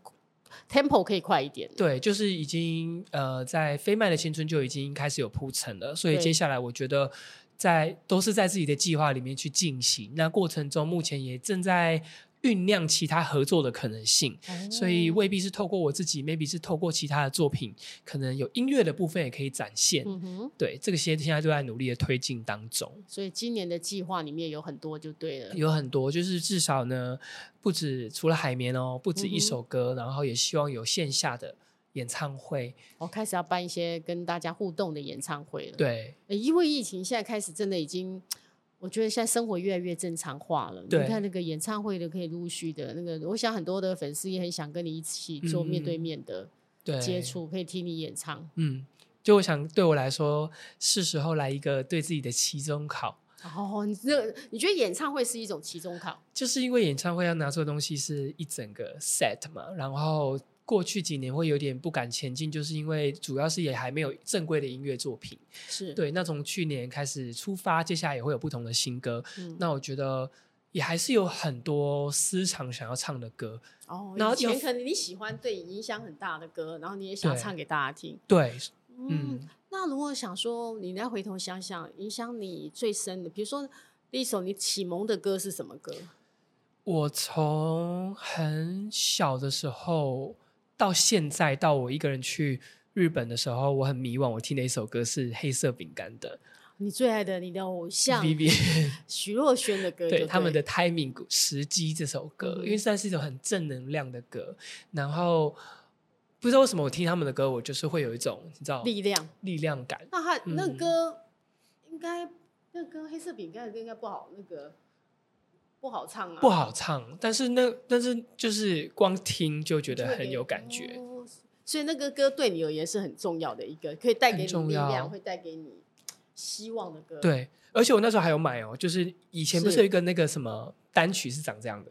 tempo 可以快一点。对，就是已经呃，在飞麦的青春就已经开始有铺陈了，所以对接下来我觉得在都是在自己的计划里面去进行。那过程中，目前也正在酝酿其他合作的可能性。所以嗯未必是透过我自己，maybe 是透过其他的作品，可能有音乐的部分也可以展现。嗯哼，对，这个些现在都在努力的推进当中，所以今年的计划里面有很多就对了。有很多就是至少呢，不止除了海绵哦，不止嗯一哼首歌，然后也希望有线下的演唱会。我开始要办一些跟大家互动的演唱会了。对，呃，因为疫情现在开始真的已经，我觉得现在生活越来越正常化了。你对看那个演唱会的可以陆续的那个，我想很多的粉丝也很想跟你一起做面对嗯面的对，接触，可以听你演唱。嗯，就我想对我来说，是时候来一个对自己的期中考，哦，你这你觉得演唱会是一种期中考？就是因为演唱会要拿出的东西是一整个 set 嘛，然后。过去几年会有点不敢前进，就是因为主要是也还没有正规的音乐作品。是，对，那从去年开始出发，接下来也会有不同的新歌。嗯，那我觉得也还是有很多私藏想要唱的歌，哦，然后以前有可能你喜欢对你影响很大的歌，然后你也想要对唱给大家听。对，嗯，嗯，那如果想说，你再回头想想，影响你最深的，比如说第一首你启蒙的歌是什么歌？我从很小的时候到现在，到我一个人去日本的时候，我很迷惘，我听的一首歌是黑色饼干的你最爱的你的偶像 v i v i 徐若瑄的歌就对他们的 timing 时机这首歌嗯，哼因为算是一首很正能量的歌，然后不知道为什么我听他们的歌，我就是会有一种你知道力量。力量感。那他那嗯歌应该那歌黑色饼干的歌应该不好那个不好唱啊，不好唱，但是那但是就是光听就觉就得会很给有感觉，哦所以那个歌对你而言是很重要的一个，可以带给很你重力要量，会带给你希望的歌。，对。而且我那时候还有买哦，就是以前不是是有一个那个什么单曲是长这样的，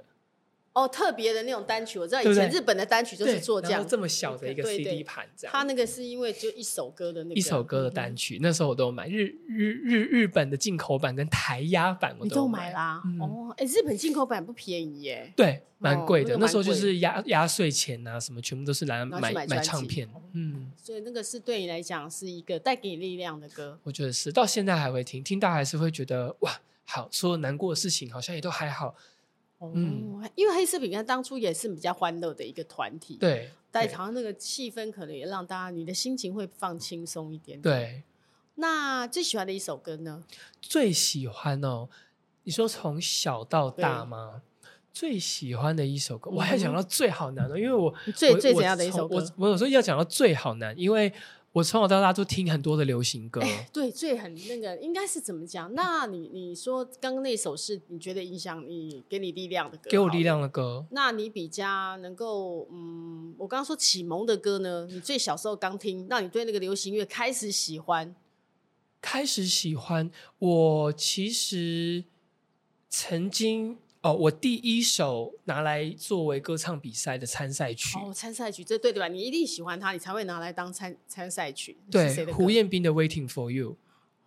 哦，特别的那种单曲，我知道对不以前对日本的单曲就是对做这然样后，这么小的一个对 CD 对盘这样，他那个是因为就一首歌的那个嗯一首歌的单曲，那时候我都有买日日日日本的进口版跟台压版，我你都有都买。啦？嗯哦，哎，日本进口版不便宜耶，对，蛮哦贵那的。个那时候蛮就贵是压压岁钱啊，什么全部都是拿来拿去买买买专唱辑哦片。嗯，所以那个是对你来讲是一个带给你力量的歌。我觉得是，到现在还会听，听到还是会觉得哇，好，所有难过的事情好像也都还好。哦嗯，因为黑色饼干当初也是比较欢乐的一个团体，，对，但对好像那个气氛可能也让大家你的心情会放轻松一点。，对，那最喜欢的一首歌呢？最喜欢哦，你说从小到大对吗？最喜欢的一首歌，我还嗯哼想到最好难哦的，因为我你最我最我怎样的一从首歌我我有时候要讲到最好难，因为我从小到大都听很多的流行 歌，对，最很那个应该是怎么讲？那你你说刚刚那首是你觉得影响你、给你力量的歌？给我力。量的歌。那你比较能够，嗯，我刚刚说启蒙的歌呢，你最小时候刚听，让你对那个流行乐开始喜欢，开始喜欢我，其实曾经哦，我第一首拿来作为歌唱比赛的参赛曲，哦，参赛曲，这对对吧？你一定喜欢它，你才会拿来当参参赛曲。是谁对，的胡歌彦斌的《Waiting for You》。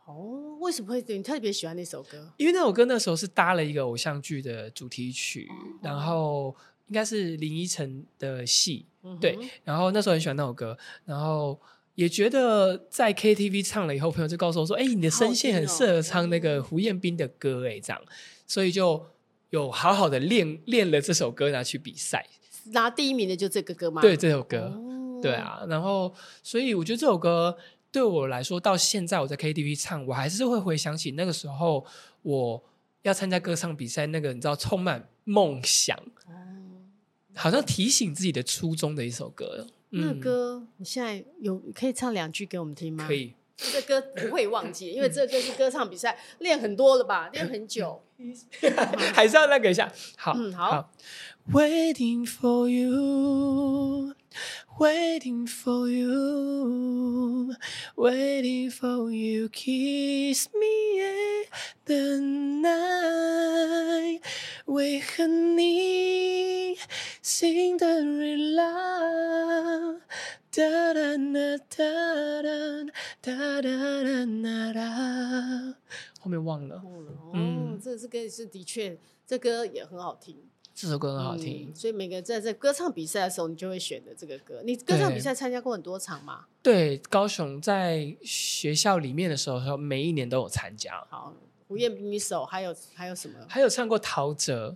哦，为什么会你特别喜欢那首歌？因为那首歌那时候是搭了一个偶像剧的主题曲，哦然后应该是林依晨的戏，嗯对哼，然后那时候很喜欢那首歌，然后也觉得在 KTV 唱了以后，朋友就告诉我说：“哎，你的声线很哦适合唱那嗯个胡彦斌的歌，哎，这样，所以就有好好的练练了这首歌拿去比赛，拿第一名的就这个歌吗？对这首歌，哦对，啊，然后所以我觉得这首歌对我来说，到现在我在 KTV 唱，我还是会回想起那个时候我要参加歌唱比赛，那个你知道充满梦想，哦好像提醒自己的初衷的一首歌。那嗯歌你现在有可以唱两句给我们听吗？可，以。这歌不会忘记，因为这歌是歌唱比赛，练很多了吧，练很久。 还是要那个一下。好，嗯好 Waiting for you, waiting for you, waiting for you, kiss me in the night。为何你心的 r e l o 哒哒哒哒哒哒哒哒哒，后面忘了。哦嗯，这这歌是的确，这歌也很好听，这首歌很好听嗯。所以每个在在歌唱比赛的时候，你就会选的这个歌。你歌唱比对赛参加过很多场吗？对，高雄在学校里面的时候，每一年都有参加，好，胡彦斌一首，还有还有什么？还有唱过陶喆，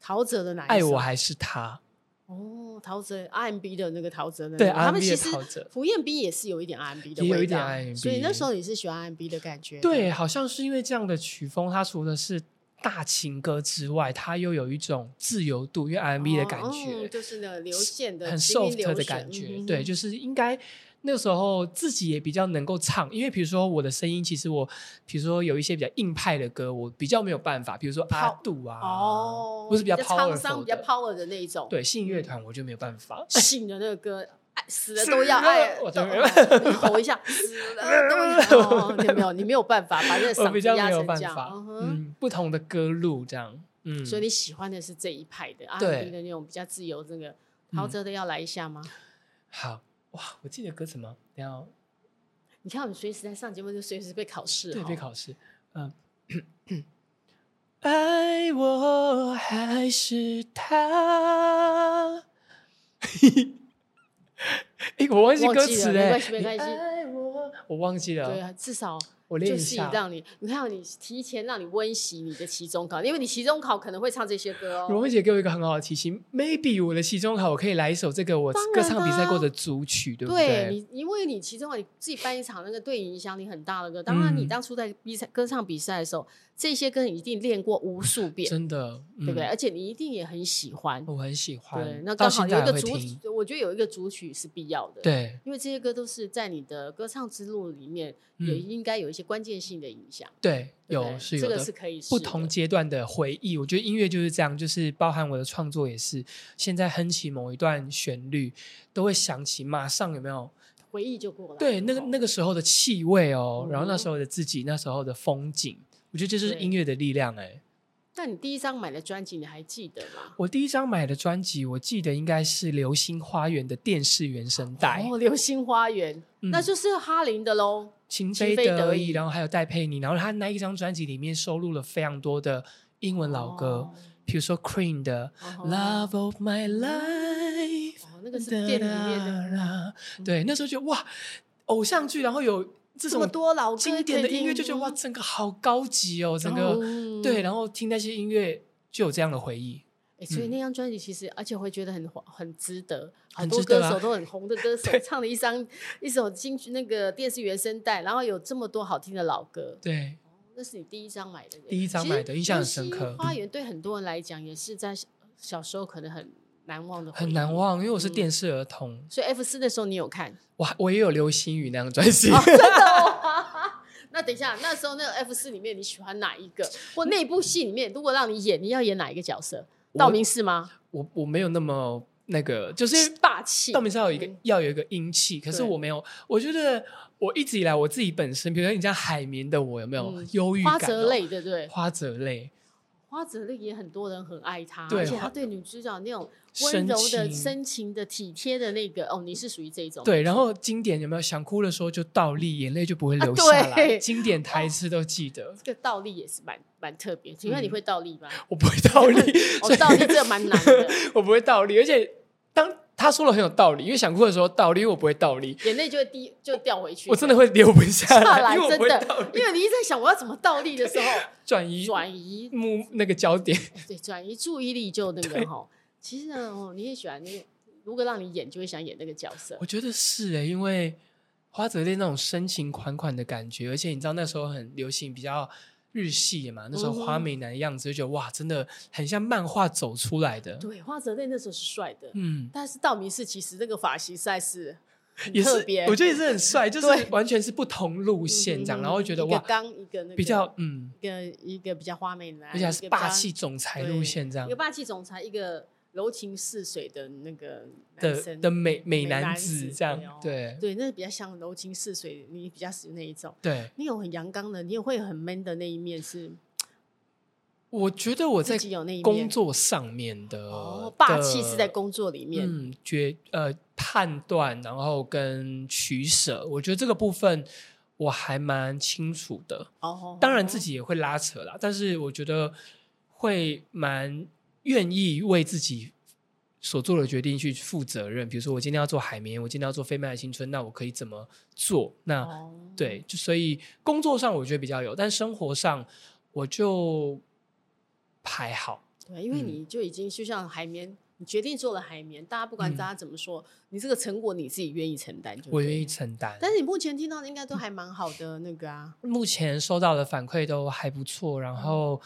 陶喆的哪一爱首我还是他，哦，陶喆 R&B 的那个陶喆的那对个他 R&B 们其的实陶喆胡彦斌也是有一点 R&B 的也有味一点道 R&B 所以那时候你是喜欢 R&B 的感觉，对，，好像是因为这样的曲风，它除了是大情歌之外，它又有一种自由度，因为 R&B 的感哦觉，就是那个流线的很行云 soft 流的水感觉，嗯哼对，就是应该。那时候自己也比较能够唱，因为比如说我的声音，其实我比如说有一些比较硬派的歌，我比较没有办法，比如说阿杜啊，哦，不是比较沧桑、 powerful 比较嗯的 power 的那一种，对，信乐团我就没有办法，醒的那个歌，爱死了死都要了爱，我都就哦 你吼一下，死了都要，哦你没有，你没有办法把那 个我嗓比子较压没有成办这样，法嗯，哼嗯，不同的歌路这样，嗯，所以你喜欢的是这一派的对嗯 R&B 的那种比较自由，那个陶喆的要来一下吗？好哇，我记得歌词吗？等一下哦你看我们随时在上节目就随时被考试，对，哦被。考试。嗯，爱我还是他。 哎、我忘记忘歌记词了没哎、关系没你关系爱我，我忘记对了。啊，至少我练就一是下。让你，你看你提前让你温习你的期中考，因为你期中考可能会唱这些歌哦。荣慧姐给我一个很好的提醒，maybe 我的期中考我可以来一首这个我当歌然唱比赛啦过的组曲，对不对你，因为你其中你自己办一场那个对你影响力很大的歌，当然你嗯当初在比赛歌唱比赛的时候，这些歌你一定练过无数遍，真的，对不对？嗯而且你一定也很喜欢。我很喜欢。对，那到刚好现有一在个还会主听，我觉得有一个主曲是必要的。，对因为这些歌都是在你的歌唱之路里面嗯也应该有一些关键性的影响。对，对不有对是有这的，个是可以试不的同阶段的回忆，我觉得音乐就是这样，就是包含我的创作也是。现在哼起某一段旋律，都会想起马上有没有？回忆就过来了。对，那个那个时候的气味哦，嗯然后那时候的自己，那时候的风景，我觉得这就是对音乐的力量哎、那你第一张买的专辑你还记得吗？我第一张买的专辑，我记得应该是《流星花园》的电视原声带，哦，《流星花园》嗯那就是哈林的喽。情情非非得得已已，然后还有戴佩妮，然后他那一张专辑里面收录了非常多的英文老歌哦，比如说 Queen 的。Love of my life，哦，那个是店里面的嗯的。对，那时候觉得哇，偶像剧，然后有这这么种多老歌经典的音乐，就觉得哇，可以听，整个好高级哦，整个、嗯对，然后听那些音乐就有这样的回忆。诶哎所以那张专辑其实，而且会觉得很划很值得，好很多值歌得啊手都很红的 歌手唱了一张一首金曲那个电视原声带，然后有这么多好听的老歌，对，那是你第一张买的耶，第一张买的其实印象很深刻嗯流星花园对很多人来讲也是在小小时候可能很难忘的，很难。忘，因为我是嗯电视儿童，所以 F 四那时候你有看？我我也有流星雨那张专哦辑。那等一下，那时候那个 F 四里面你喜欢哪一个？或那部戏里面，如果让你演，你要演哪一个角色？我道明寺吗？ 我我没有那么那个，就是霸气。道明寺要有一个、嗯要有一个阴气，可是对我没有。我觉得我一直以来我自己本身，比如说你像海绵的我，有没有嗯忧郁感、花哦？泽类，对不对？花泽类，花泽类也很多人很爱他，对而且他花对女主角那种温柔的、深情深情的、体贴的那个，哦，你是属于这一种。对，然后经典有没有想哭的时候就倒立，眼泪就不会流啊下对哦来。经典台词都记得，这个倒立也是蛮蛮特别。请嗯问你会倒立 吗？，我不会倒立 哦所，以倒立这个蛮难的， 我不会倒立，而且当他说了很有道理，因为想哭的时候倒立，因为我不会倒 立，眼泪就会滴就掉回去。我真的会流不 下下来，来因为我真不会倒的，立，因为你一直在想我要怎么倒立的时候，转移转移目那个焦点。对，转移注意力就那个哈。其实呢，哦，你也喜欢那个，如果让你演，就会想演那个角色我。觉得是诶，因为花泽类那种深情款款的感觉，而且你知道那时候很流行比较日系嘛，那时候花哦美男的样子，就觉得哇，真的很像漫画走出来的。对，花泽类那时候是帅的，嗯，但是道明寺其实那个发型实在是很也是特别，我觉得也是很帅， 就是对完全是不同路嗯线这样，嗯然后觉得一个哇，刚一个那个比较嗯，一个一个比较花美男，而且还一是个比霸较气总裁对路线这样一个霸气总裁，一个柔情似水的那个男的生的美美男男子子这样，对哦对对，那比较像柔情似水，你比较属于那一种。对。你有很阳刚的，你也会很 man 的那一面是，我觉得我自在己有那一面工作上面的哦，霸气的是在工作里面，嗯，决呃判断，然后跟取舍，我觉得这个部分我还蛮清楚的。哦，当然自己也会拉扯啦，但是我觉得会蛮愿意为自己所做的决定去负责任。比如说，我今天要做海绵，我今天要做飞麦的青春，那我可以怎么做？那、哦，啊对，就所以工作上我觉得比较有，但生活上我就还好。对，因为嗯你就已经就像海绵，你决定做了海绵，大家不管嗯大家怎么说，你这个成果你自己愿意承担就我对愿意了。承担。但是你目前听到的应该都还蛮好的那个啊，目前收到的反馈都还不错，嗯然后。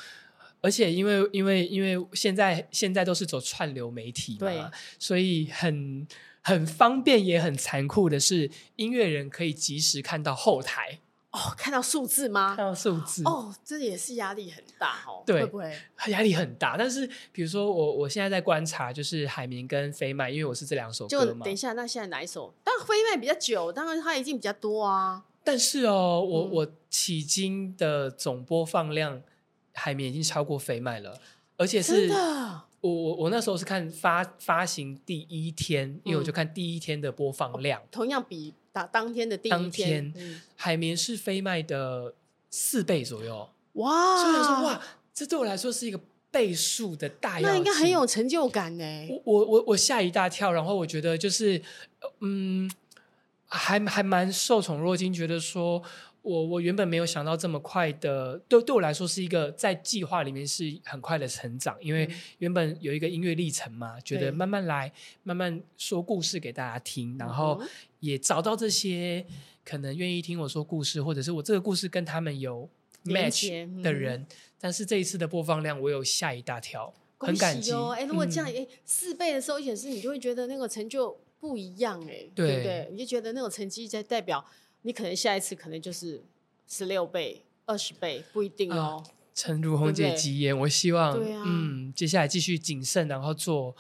而且因为因为因为现在现在都是走串流媒体对嘛，所以很很方便也很残酷的是，音乐人可以及时看到后台，哦，看到数字看吗？到数字，哦，这也是压力很大哦，对会不会？压力很大。但是比如说我我现在在观察，就是海绵跟飞麦，因为我是这两首就歌嘛等一。下，那现在哪一首？但飞麦比较久，当然它一定比较多啊。但是哦，我、嗯我迄今的总播放量，海绵已经超过飞麦了，而且真是的，我我我那时候是看发发行第一天，因为我就嗯看第一天的播放量，同样比打当天的第一当天，天嗯海绵是飞麦的四倍左右，哇，所以我想说哇，哎这对我来说是一个倍数的大跃进，那应该很有成就感呢。我我我我吓一大跳，然后我觉得就是呃嗯，还还蛮受宠若惊，觉得说我我原本没有想到这么快的，对对我来说是一个在计划里面是很快的成长，因为嗯原本有一个音乐历程嘛，觉对得慢慢来，慢慢说故事给大家听，然后嗯哼也找到这些可能愿意听我说故事，或者是我这个故事跟他们有连 match 接嗯的人，但是这一次的播放量，我有吓一大跳。很恭感喜激哦！哎，如果嗯这样，哎，四倍的收显示，你就会觉得那个成就不一样，哎，对不对对？你就觉得那种成绩在代表你可能下一次可能就是十六倍、二十倍，不一定啊哦。诚如红对姐不对吉言，我希望，对啊嗯，接下来继续谨慎，然后做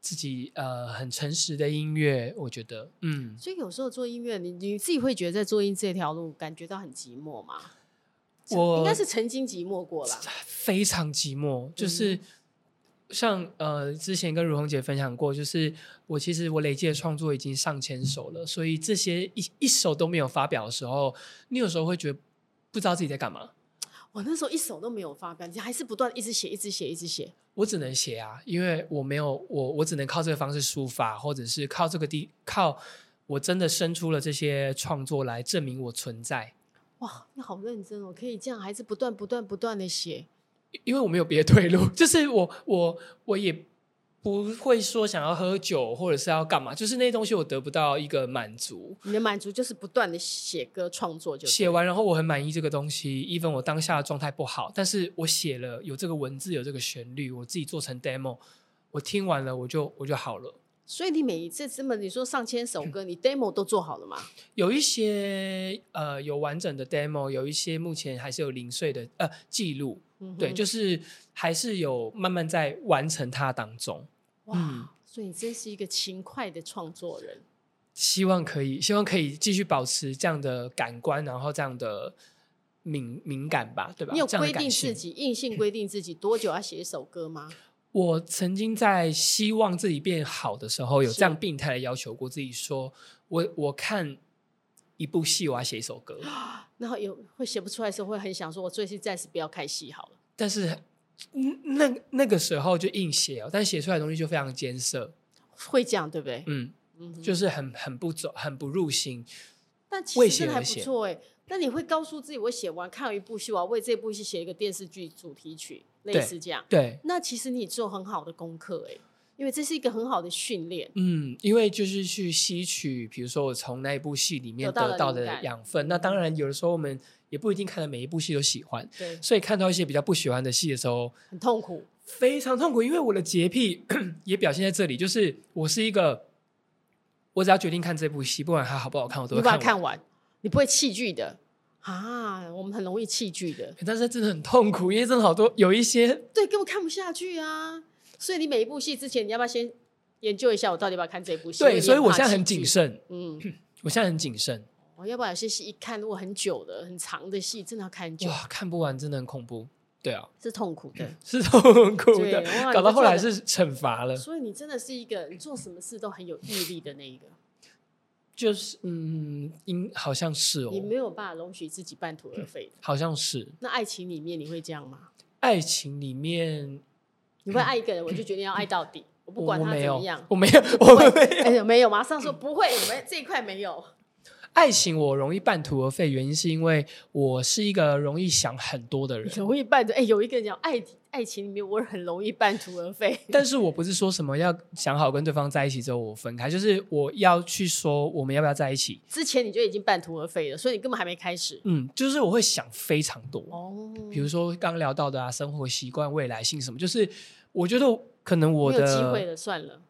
自己呃很诚实的音乐。我觉得，嗯，所以有时候做音乐，你你自己会觉得在做音这条路感觉到很寂寞吗？我应该是嗯曾经寂寞过啦。非常寂寞，就是像呃之前跟如红姐分享过，就是我其实我累计的创作已经上千首了，所以这些一一首都没有发表的时候，你有时候会觉得不知道自己在干嘛。我那时候一首都没有发表，你还是不断地一直写，一直写，一直写。我只能写啊，因为我没有我，我只能靠这个方式抒发，或者是靠这个地靠我真的生出了这些创作来证明我存在，哇，你好认真哦，可以这样，还是不断、不断、不断的写。因因为我没有别的退路， 就是我我我也不会说想要喝酒或者是要干嘛，就是那些东西我得不到一个满足。你的满足就是不断的写歌创作就对，写完，然后我很满意这个东西，even 我当下的状态不好，但是我写了有这个文字，有这个旋律，我自己做成 demo，我听完了我就我就好了。所以你每一次这么你说上千首歌，嗯你 demo 都做好了吗？有一些呃有完整的 demo，有一些目前还是有零碎的呃记录，嗯哼对，就是还是有慢慢在完成它当中。哇，嗯所以你真是一个勤快的创作人。希望可以，希望可以继续保持这样的感官，然后这样的敏敏感吧，对吧？你有这样的规感定自性？己硬性规定自己多久要写一首歌吗？我曾经在希望自己变好的时候，有是这样病态的要求过自己说，我我看一部戏，我要写一首歌。然后有会写不出来的时候，会很想说，我最近暂时不要开戏好了。但是嗯那那个时候就硬写哦，但写出来的东西就非常艰涩，会这样对不对？嗯，嗯哼，就是很很不走，很不入心。但其为实写真的还而不写错哎、那你会告诉自己，我写完看完一部戏，我要为这部戏写一个电视剧主题曲，类对似这样。对，那其实你做很好的功课哎、因为这是一个很好的训练。嗯，因为就是去吸取，比如说我从那一部戏里面得到的得到灵的感养分。那当然，有的时候我们也不一定看的每一部戏都喜欢，对，所以看到一些比较不喜欢的戏的时候，很痛苦。非常痛苦，因为我的洁癖 也表现在这里，就是我是一个。我只要决定看这部戏，不管它好不好看，我都你会把它看完。看完，你不会弃剧的啊！我们很容易弃剧的，但是真的很痛苦，因为真的好多有一些对，根本看不下去啊！所以你每一部戏之前，你要不要先研究一下我到底要不要看这部戏？因为对，你所以我怕现在弃很谨剧。慎，嗯， 我现在很谨慎。我要不然有些戏一看，如果很久的、很长的戏，真的要看很久，哇，看不完真的很恐怖。对啊，是痛苦的。 是痛苦对的哇，搞你到就后觉来得是惩罚了。所以你真的是一个你做什么事都很有毅力的那一个，就是嗯，应好像是哦你，没有办法容许自己半途而废的。好像是那爱情里面你会这样吗？爱情里面，你会爱一个人，我就决定要爱到底，我不我管我他没怎么有样，。我没有，我会没有。哎、没有，马上说不会，没这一块没有。爱情我容易半途而废，原因是因为我是一个容易想很多的人。 容易办的，哎、有一个人讲爱爱情里面，我很容易半途而废。但是我不是说什么要想好跟对方在一起之后我分开，就是我要去说我们要不要在一起。 之前你就已经半途而废了，所以你根本还没开始。嗯，就是我会想非常多，哦，比如说刚聊到的啊，生活习惯、未来性什么，就是我觉得可能我没有机会的了，算了。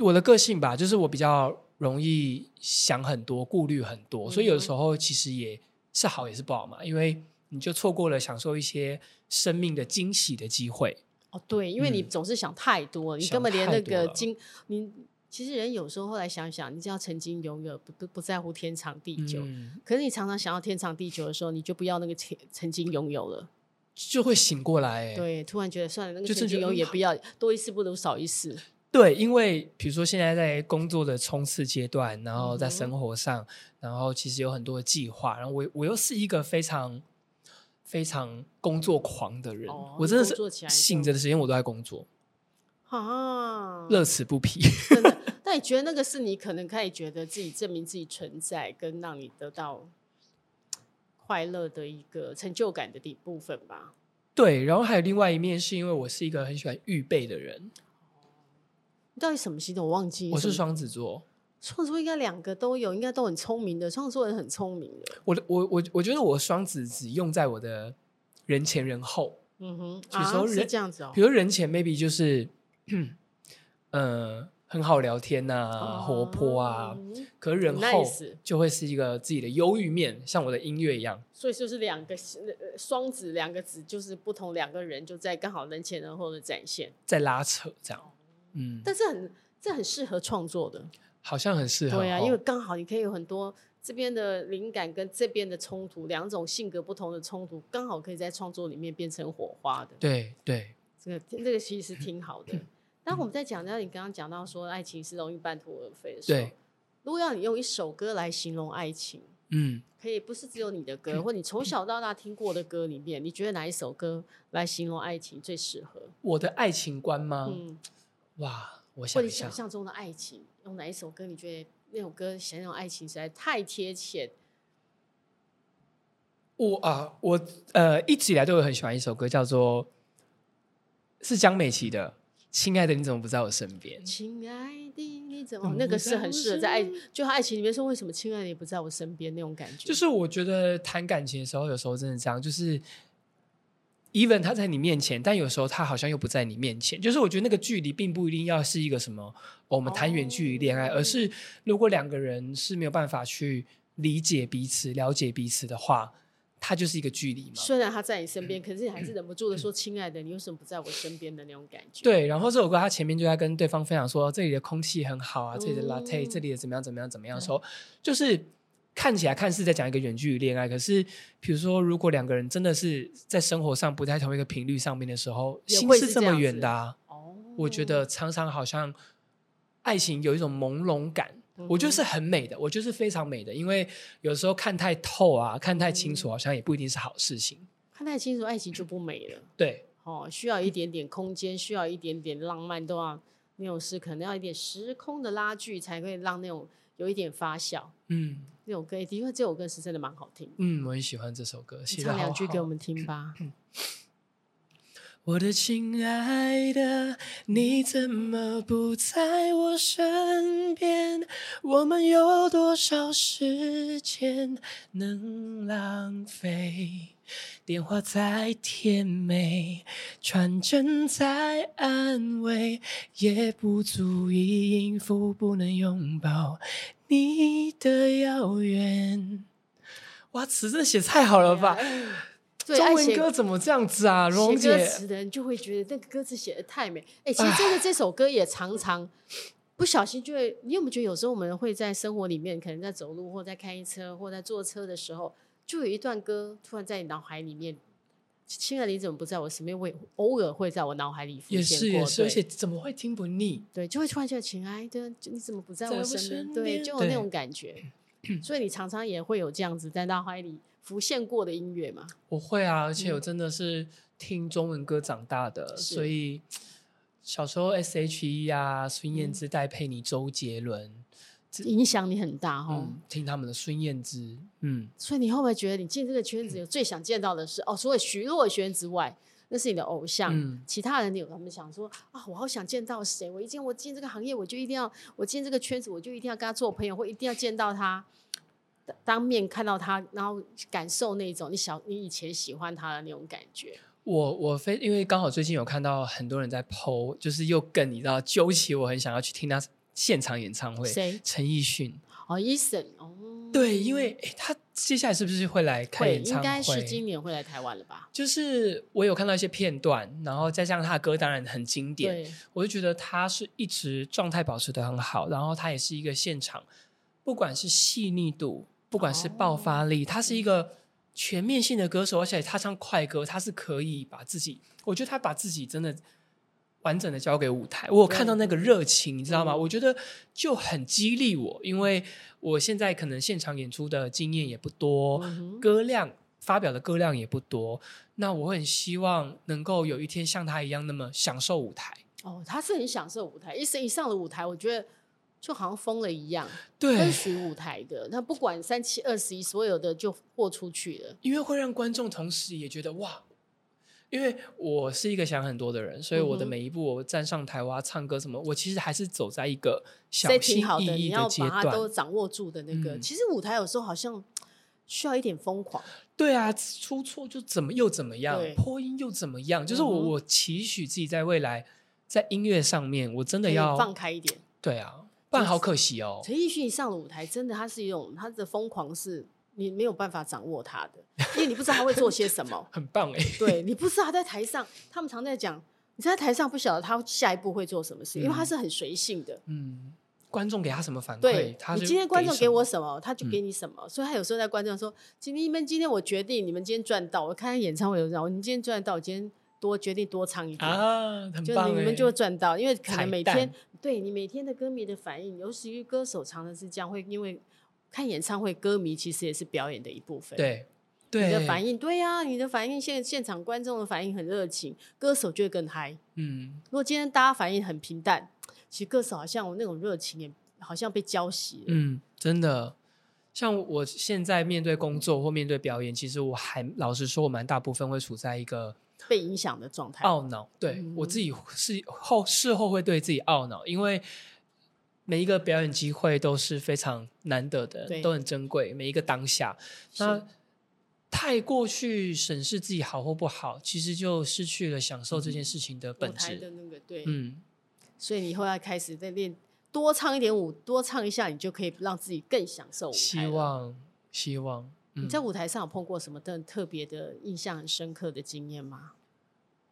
我的个性吧，就是我比较容易想很多、顾虑很多，所以有嗯时候其实也是好也是不好嘛，因为你就错过了享受一些生命的惊喜的机会。哦，对，因为你嗯总是想太多，你想根本连太那多个了经你。其实人有时候后来想想，你只要曾经拥有，不不不在乎天长地久。嗯，可是你常常想要天长地久的时候，你就不要那个曾曾经拥有了。就会醒过来、欸。对，突然觉得算了，那个就是曾经觉得拥有也嗯不要，多一事不如少 一事。对，因为比如说现在在工作的冲刺阶段，然后在嗯哼生活上，然后其实有很多的计划，然后我我又是一个非常非常工作狂的人，哦我真的你工作起是来就醒着的时间我都在工作，啊，乐此不疲。 真的。但你觉得那个是你可能可以觉得自己证明自己存在，跟让你得到快乐的一个成就感的一部分吧？对，然后还有另外一面，是因为我是一个很喜欢预备的人，你到底什么星座？我忘记。我是什么，双子座，创作应该两个都有，应该都很聪明的。创作人很聪明的，我的我我我觉得我双子只用在我的人前人后，嗯哼，有时啊候是人这样子哦比。如人前 maybe 就是， 呃，很好聊天呐、啊哦活泼啊，嗯可是人很后 nice 就会是一个自己的忧郁面，像我的音乐一样。所以就是两个呃双子，两个子就是不同两个人就在刚好人前人后的展现，在拉扯这哦样，嗯，但是很这很适合创作的，好像很适合哦。对啊，因为刚好你可以有很多这边的灵感跟这边的冲突，两种性格不同的冲突，刚好可以在创作里面变成火花的。对对，这个这个其实挺好嗯的。但我们在讲到你刚刚讲到说爱情是容易半途而废的时候对，如果要你用一首歌来形容爱情，嗯，可以不是只有你的歌，或你从小到大听过的歌里面，你觉得哪一首歌来形容爱情最适合？我的爱情观吗？嗯，哇，我或想你一想下，象中的爱情，用哪一首歌？你觉得那首歌形容爱情实在太贴切？我啊，我呃一直以来都有很喜欢一首歌，叫做是江美琪的《亲爱的你怎么不在我身边》。亲爱的，你怎么？嗯那个不是在很我适合身在爱边，就他爱情里面说，为什么亲爱的你不在我身边那种感觉？就是我觉得谈感情的时候，有时候真的这样，就是 even 他在你面前，但有时候他好像又不在你面前。就是我觉得那个距离并不一定要是一个什么、哦我们谈远距离恋爱，哦而是如果两个人是没有办法去理解彼此、了解彼此的话，它就是一个距离嘛。嗯虽然他在你身边，可是你还是忍不住的说：“亲爱的，你为什么不在我身边的那种感觉？”，对，然后这首歌他前面就在跟对方分享说，这里的空气很好啊，这里的 latte，、嗯这里的怎么样怎么样怎么样的对时候，就是看起来看似在讲一个远距离恋爱，可是比如说如果两个人真的是在生活上不在同一个频率上面的时候，也心会是是这这么样远子的、啊，哦，我觉得常常好像爱情有一种朦胧感。我觉得是嗯哼很美的，我觉得是非常美的，因为有时候看太透啊，看太清楚，嗯好像也不一定是好事情。看太清楚，爱情就不美了。对，哦，需要一点点空间，需要一点点浪漫，都要那种是可能要一点时空的拉距，才可以让那种有一点发酵。嗯那首歌，的确这首歌是真的蛮好听，嗯，我很喜欢这首歌，你写得唱两好句给好我们听吧。我的亲爱的，你怎么不在我身边？我们有多少时间能浪费？电话再甜美，传真再安慰，也不足以应付不能拥抱你的遥远。哇，词真的写太好了吧！对，中爱文写歌怎么这样子啊，蓉写歌姐？词的人就会觉得那个歌词写的太美。哎、其实真的这首歌也常常不小心就会，你有没有觉得有时候我们会在生活里面，可能在走路或在开车或在坐车的时候，就有一段歌突然在你脑海里面。亲爱的，你怎么不在我身边？我也偶尔会在我脑海里浮现也是也过是，而对且怎么会听不腻？对，就会突然觉得，亲爱的，你怎么不在在我我身边？身对，边就有那对种感觉。 所以你常常也会有这样子在脑海里浮现过的音乐嘛？我会啊，而且我真的是听中文歌长大的，嗯是所以小时候 S.H.E 啊、孙嗯燕姿、戴佩妮、周杰伦，影响你很大哦哈、嗯，听他们的孙燕姿，嗯，所以你会不会觉得你进这个圈子，有最想见到的是哦，除了徐若瑄之外，那是你的偶像。嗯其他人你有跟他们想说啊，我好想见到谁，我一见我进这个行业，我就一定要，我进这个圈子，我就一定要跟他做朋友，或一定要见到他，当当面看到他，然后感受那种你小你以前喜欢他的那种感觉。我我非因为刚好最近有看到很多人在 PO，就是又更你知道揪起我很想要去听他现场演唱会。谁？陈奕迅，哦，Eason，哦，对，因为诶他接下来是不是会来开会演唱应会？该是今年会来台湾了吧？就是我有看到一些片段，然后再加上他的歌，当然很经典，对，我就觉得他是一直状态保持的很好，然后他也是一个现场，不管是细腻度，不管是爆发力，他是一个全面性的歌手，而且他唱快歌，他是可以把自己，我觉得他把自己真的完整的交给舞台。我有看到那个热情，你知道吗？嗯我觉得就很激励我，因为我现在可能现场演出的经验也不多，嗯哼歌量发表的歌量也不多，那我很希望能够有一天像他一样那么享受舞台。哦，他是很享受舞台，Eason 一上了舞台，我觉得就好像疯了一样，他对是，属于舞台的，他不管三七二十一，所有的就豁出去了。因为会让观众同时也觉得哇，因为我是一个想很多的人，所以我的嗯哼每一步我站上台哇、唱歌什么，我其实还是走在一个小这心挺好翼的，你翼要阶把它都段。掌握住的那个。嗯其实舞台有时候好像需要一点疯狂，对啊，出错就怎么又怎么样对，破音又怎么样，就是我、嗯哼我期许自己在未来在音乐上面，我真的可以放要开一点。对啊，不然好可惜哦。。陈奕迅一上了舞台，真的他是一种他的疯狂是。你没有办法掌握他的，因为你不知道他会做些什么 很棒哎、对你不知道他在台上，他们常在讲，你在台上不晓得他下一步会做什么事，因为他嗯是很随性的。嗯，观众给他什么反馈对，他你就今天观众什给么嗯我什么，他就给你什么。所以他有时候在观众说：“今天你们今天我决定，你们今天赚到。”我看他演唱会有这样，哦你今天赚到，我今天多决定多唱一点，啊，很就棒你哎、们就会赚到。因为可彩能每蛋天对你每天的歌迷的反应，尤其于歌手常常是这样，会因为看演唱会，歌迷其实也是表演的一部分。。对对你的反应对呀、你的反应现现场观众的反应很热情，歌手就会更嗨。嗯。如果今天大家反应很平淡，其实歌手好像我那种热情也好像被浇熄了。嗯，真的。像我现在面对工作或面对表演，其实我还老实说，我蛮大部分会处在一个被影响的状态。懊恼。对、我嗯自己是后事后会对自己懊恼，因为每一个表演机会都是非常难得的，对都很珍贵，每一个当下。那是太过去审视自己好或不好，其实就失去了享受这件事情的舞本台质。嗯的那个对，嗯，所以你以后要开始再练，多唱一点舞，多唱一下，你就可以让自己更享受舞台。希。望，希望。嗯你在舞台上有碰过什么更特别的、印象很深刻的经验吗？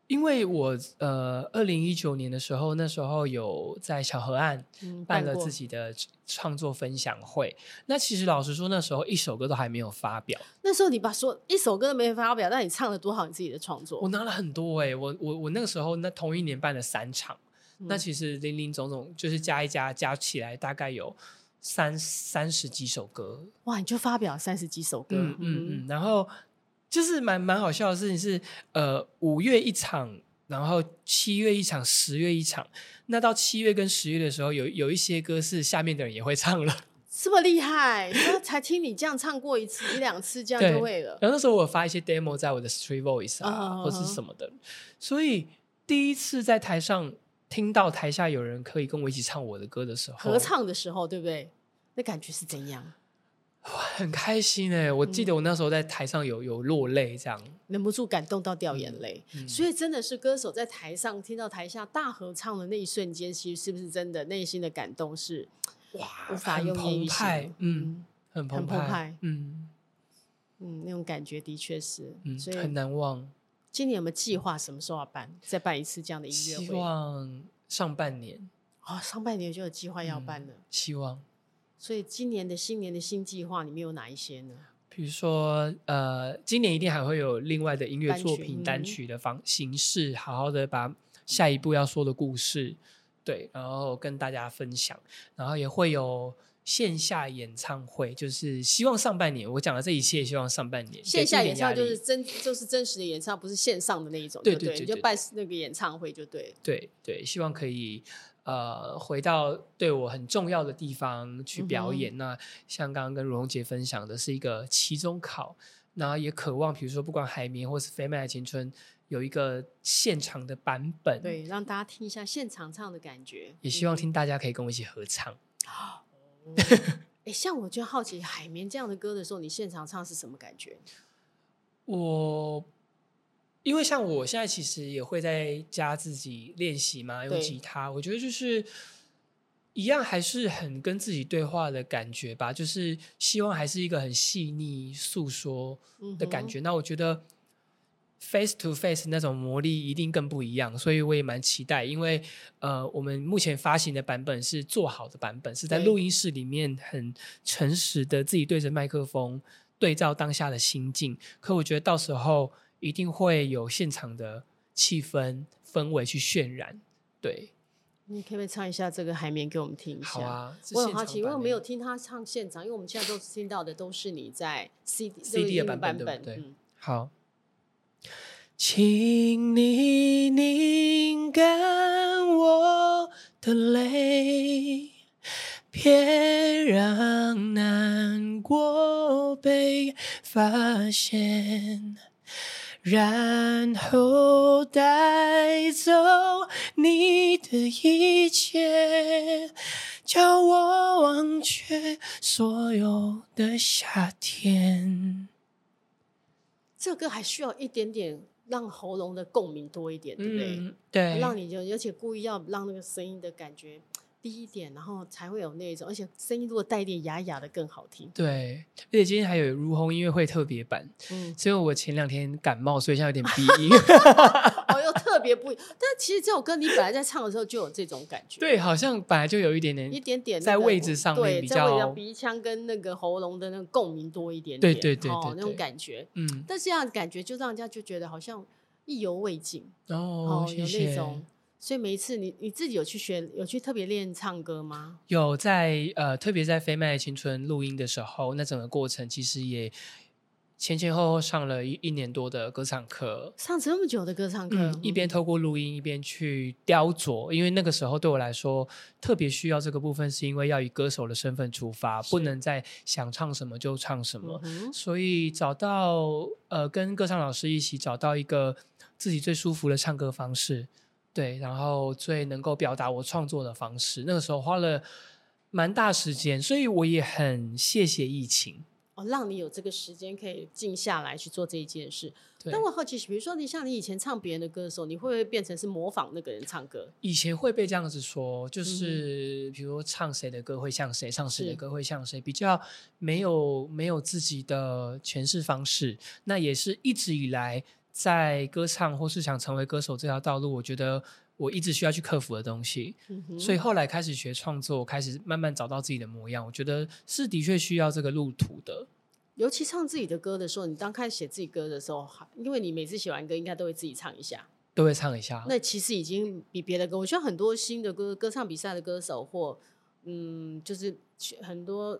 因为我呃，二零一九年的时候，那时候有在小河岸嗯，办过了自己的创作分享会。那其实老实说，那时候一首歌都还没有发表，那时候你把说一首歌都没发表，但你唱了多好你自己的创作我。拿了很多哎、我我我那个时候那同一年办了三场，那嗯其实零零总总就是加一加加起来大概有三三十几首歌，哇，你就发表三十几首歌，嗯嗯嗯嗯，然后就是蛮蛮好笑的事情是，呃，五月一场，然后七月一场，十月一场。那到七月跟十月的时候，有有一些歌是下面的人也会唱了。 这么厉害，他才听你这样唱过一次、一两次，这样对就会了。然后那时候我有发一些 demo 在我的 Street Voice 啊，啊或是什么的，所以第一次在台上听到台下有人可以跟我一起唱我的歌的时候，合唱的时候，对不对？那感觉是怎样？很开心哎、我记得我那时候在台上有有落泪这样。忍不住感动到掉眼泪。嗯所以真的是歌手在台上听到台下大合唱的那一瞬间，其实是不是真的内心的感动是哇无法啊很用言澎语形湃容，嗯，很很澎澎湃嗯嗯，那种感觉的确是。嗯，所以很难忘。今年有没有计划什么时候要办，再办一次这样的音乐希会？望上半年哦，上半年就有计划嗯要办了。希望，所以今年的新年的新计划里面有哪一些呢？比如说呃，今年一定还会有另外的音乐单曲作品、嗯单曲的方形式，好好的把下一步要说的故事对，然后跟大家分享，然后也会有。线下演唱会就是希望上半年，我讲的这一切希望上半年线下演唱就给自是己真就是真实的演唱，不是线上的那一种，对就对对，对你就对嗯办那个演唱会就对了。一点压力对对，希望可以呃回到对我很重要的地方嗯去表演。那像刚刚跟如虹姐分享的是一个期中考，然后也渴望，比如说不管海绵或是飞麦的青春，有一个现场的版本，，对，让大家听一下现场唱的感觉，也希望嗯听大家可以跟我一起合唱。哎，像我就好奇海绵这样的歌的时候，你现场唱是什么感觉？我因为像我现在其实也会在家自己练习嘛，用对吉他，我觉得就是一样，还是很跟自己对话的感觉吧，就是希望还是一个很细腻诉说的感觉。那我觉得 face to face 那种魔力一定更不一样，所以我也蛮期待，因为呃，我们目前发行的版本是做好的版本，是在对录音室里面很诚实的自己对着麦克风对照当下的心境。可我觉得到时候一定会有现场的气氛氛围去渲染，对，你可不可以唱一下这个海绵给我们听一下？好啊，是嗯我很现好场奇，因为版我的没有听他唱现场，因为我们现在都听到的都是你在 CD CD 的英版文版本对不对嗯好，请你拧干我的泪，别让难过被发现。然后带走你的一切，叫我忘却所有的夏天。这个还需要一点点让喉咙的共鸣多一点，对不对？嗯，对，让你就而且故意要让那个声音的感觉低一点，然后才会有那一种，而且声音如果带一点哑哑的更好听。对，而且今天还有如虹音乐会特别版，嗯，所以我前两天感冒，所以现在有点鼻 音。哦，又特别不一，但其实这首歌你本来在唱的时候就有这种感觉，对，好像本来就有一点点一，点点那在个位置上面对比在位置上较鼻腔跟那个喉咙的那个共鸣多一点点，对对对哦对那种对感觉。嗯，但这样的感觉就让人家就觉得好像意犹未尽哦，谢有谢。那种。所以每一次你你自己有去学，有去特别练唱歌吗？有在呃，特别在《飞麦的青春》录音的时候，那整个过程其实也前前后后上了一一年多的歌唱课。上这么久的歌唱课，嗯，一边透过录音，一边去雕琢，因为那个时候对我来说特别需要这个部分，是因为要以歌手的身份出发，不是能再想唱什么就唱什么嗯。哼所以找到呃，跟歌唱老师一起找到一个自己最舒服的唱歌方式，对，然后最能够表达我创作的方式。那个时候花了蛮大时间，所以我也很谢谢疫情。哦，让你有这个时间可以静下来去做这一件事。对但，我好奇，比如说你像你以前唱别人的歌的时候，你会不会变成是模仿那个人唱歌？以前会被这样子说，就是比如说唱谁的歌会像谁，唱谁的嗯是歌会像谁，比较没有没有自己的诠释方式。那也是一直以来在歌唱或是想成为歌手这条道路，我觉得我一直需要去克服的东西。嗯哼所以后来开始学创作，开始慢慢找到自己的模样，我觉得是的确需要这个路途的。尤其唱自己的歌的时候，你刚开始写自己歌的时候，还因为你每次写完歌应该都会自己唱一下，都会唱一下，那其实已经比别的歌，我觉得很多新的歌歌唱比赛的歌手或嗯，就是很多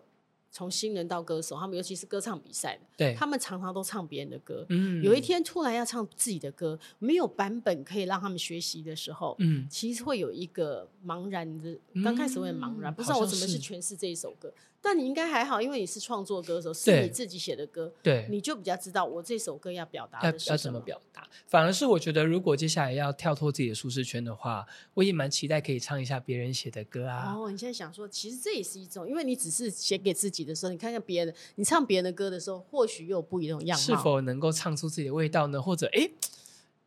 从新人到歌手，他们尤其是歌唱比赛的，对他，们常常都唱别人的歌。嗯有一，天突然要唱自己的歌，没有版本可以让他们学习的时候，嗯，其实会有一个茫然的嗯，刚开始会很茫然，不知道好我像怎么是去诠释这一首歌。但你应该还好，因为你是创作歌手，是对你自己写的歌，对，你就比较知道我这首歌要表达要的要是什怎么。表达？反而是我觉得，如果接下来要跳脱自己的舒适圈的话，我也蛮期待可以唱一下别人写的歌啊。哦，你现在想说，其实这也是一种，因为你只是写给自己的时候，你看看别人，你唱别人的歌的时候，或许又有不一样的样貌。是否能够唱出自己的味道呢？或者，哎，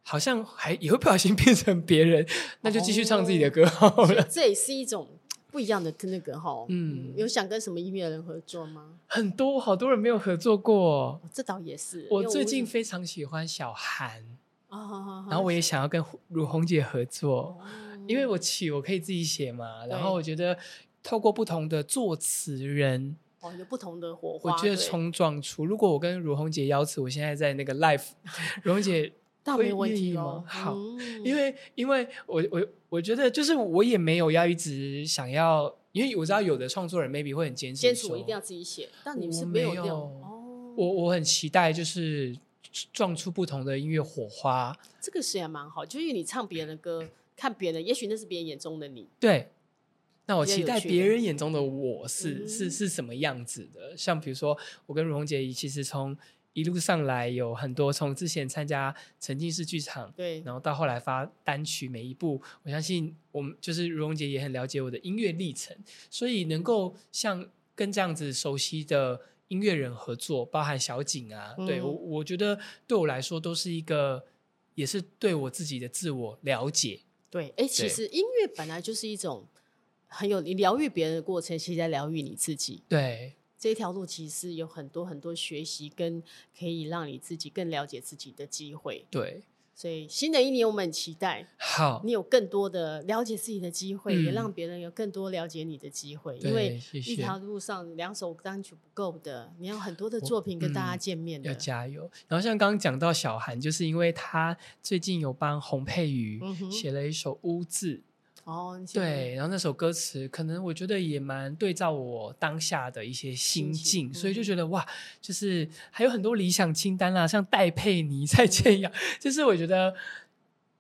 好像还也会不小心 变成别人，那就继续唱自己的哦歌好所以了。 这也是一种不一样的那个哈。嗯有想跟什么音乐人合作吗？很多好多人没有合作过，哦这倒也是。我因为最近非常喜欢小韩，啊，好好好然后我也想要跟如虹姐合作，哦因为我曲我可以自己写嘛，然对后我觉得透过不同的作词人。哦有不同的火我花，觉得对冲撞出。如果我跟如虹姐邀请，我现在在那 个 live，如虹姐倒会没问愿意题吗哦。好嗯因为因为我我我觉得就是我也没有要一直想要，因为我知道有的创作人 maybe 会很坚持，嗯坚持我一定要。自己写，但你们是没我有没有这样哦。我我很期待就是撞出不同的音乐火花，这个是也蛮好，就是因为你唱别人的歌，看别人，也许那是别人眼中的你。对。那我比较期有待趣别的人眼中的我是、是嗯是什么样子的？像比如说，我跟如虹姐其实从一路上来有很多，从之前参加沉浸式剧场，对，然后到后来发单曲，每一步，我相信我们就是如蓉姐也很了解我的音乐历程，所以能够像跟这样子熟悉的音乐人合作，包含小景啊，对嗯我我觉得对我来说都是一个，也是对我自己的自我了解。对，哎、其实音乐本来就是一种很有你疗愈别人的过程，其实在疗愈你自己。对，这一条路其实有很多很多学习跟可以让你自己更了解自己的机会。对，所以新的一年我们很期待好，你有更多的了解自己的机会，嗯也让别人有更多了解你的机会。因对，为谢一谢条。路上两首单曲不够的，你要很多的作品跟大家嗯见面的。要加油！然后像刚刚讲到小韩，就是因为他最近有帮洪佩瑜嗯哼写了一首《污渍》，哦，你想对，然后那首歌词可能我觉得也蛮对照我当下的一些心心境，情所以就嗯觉得哇，就是还有很多理想清单啦，像戴佩妮、蔡健雅，就是我觉得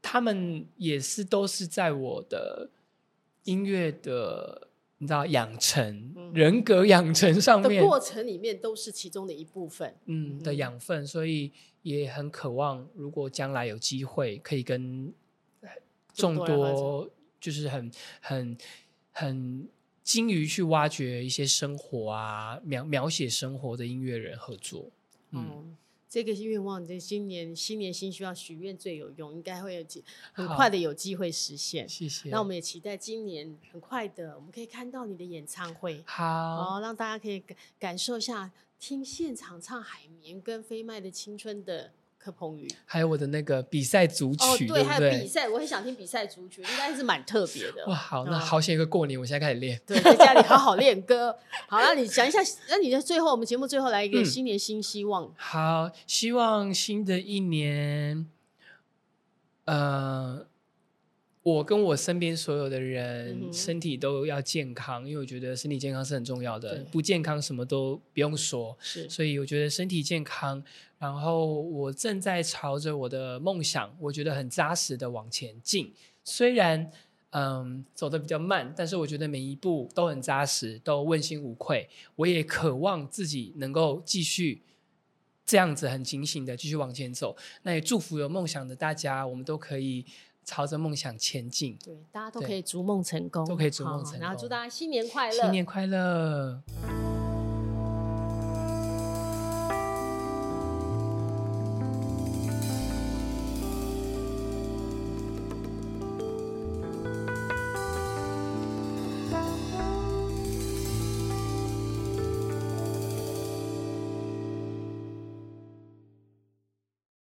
他们也是都是在我的音乐的你知道养成、嗯人格养成上的面过程里面都是其中的一部分。嗯的嗯养分，所以也很渴望，如果将来有机会，可以跟呃众众多人合多就是很很很精于去挖掘一些生活啊，描描写生活的音乐人合作。嗯，嗯，这个愿望在新年新年新希望许愿最有用，应该会有机很好快的有机会实现。谢谢。那我们也期待今年很快的，我们可以看到你的演唱会，好，哦，让大家可以感感受一下听现场唱《海绵》跟《飞麦的青春》的柯鹏宇。还有我的那个比赛组哦，曲，不还有比对？赛，我很想听比赛足球，应该是蛮特别 的。哇，好，嗯那好险一个过年，我现在开始练。对，在 家里好好练歌。好，那你讲一下，那你的最后，我们节目最后来一个嗯新年新希望。好，希望新的一年，呃，我跟我身边所有的嗯人哼身体都要健康，因为我觉得身体健康是很重要的对，不健康什么都不用说。是，所以我觉得身体健康，然后我正在朝着我的梦想，我觉得很扎实的往前进。虽然嗯走得比较慢，但是我觉得每一步都很扎实，都问心无愧。我也渴望自己能够继续这样子很警醒的继续往前走。那也祝福有梦想的大家，我们都可以朝着梦想前进。对，大家都对可以逐梦成功，都可以逐梦好成然后功祝大家新年快乐，新年快乐！快乐。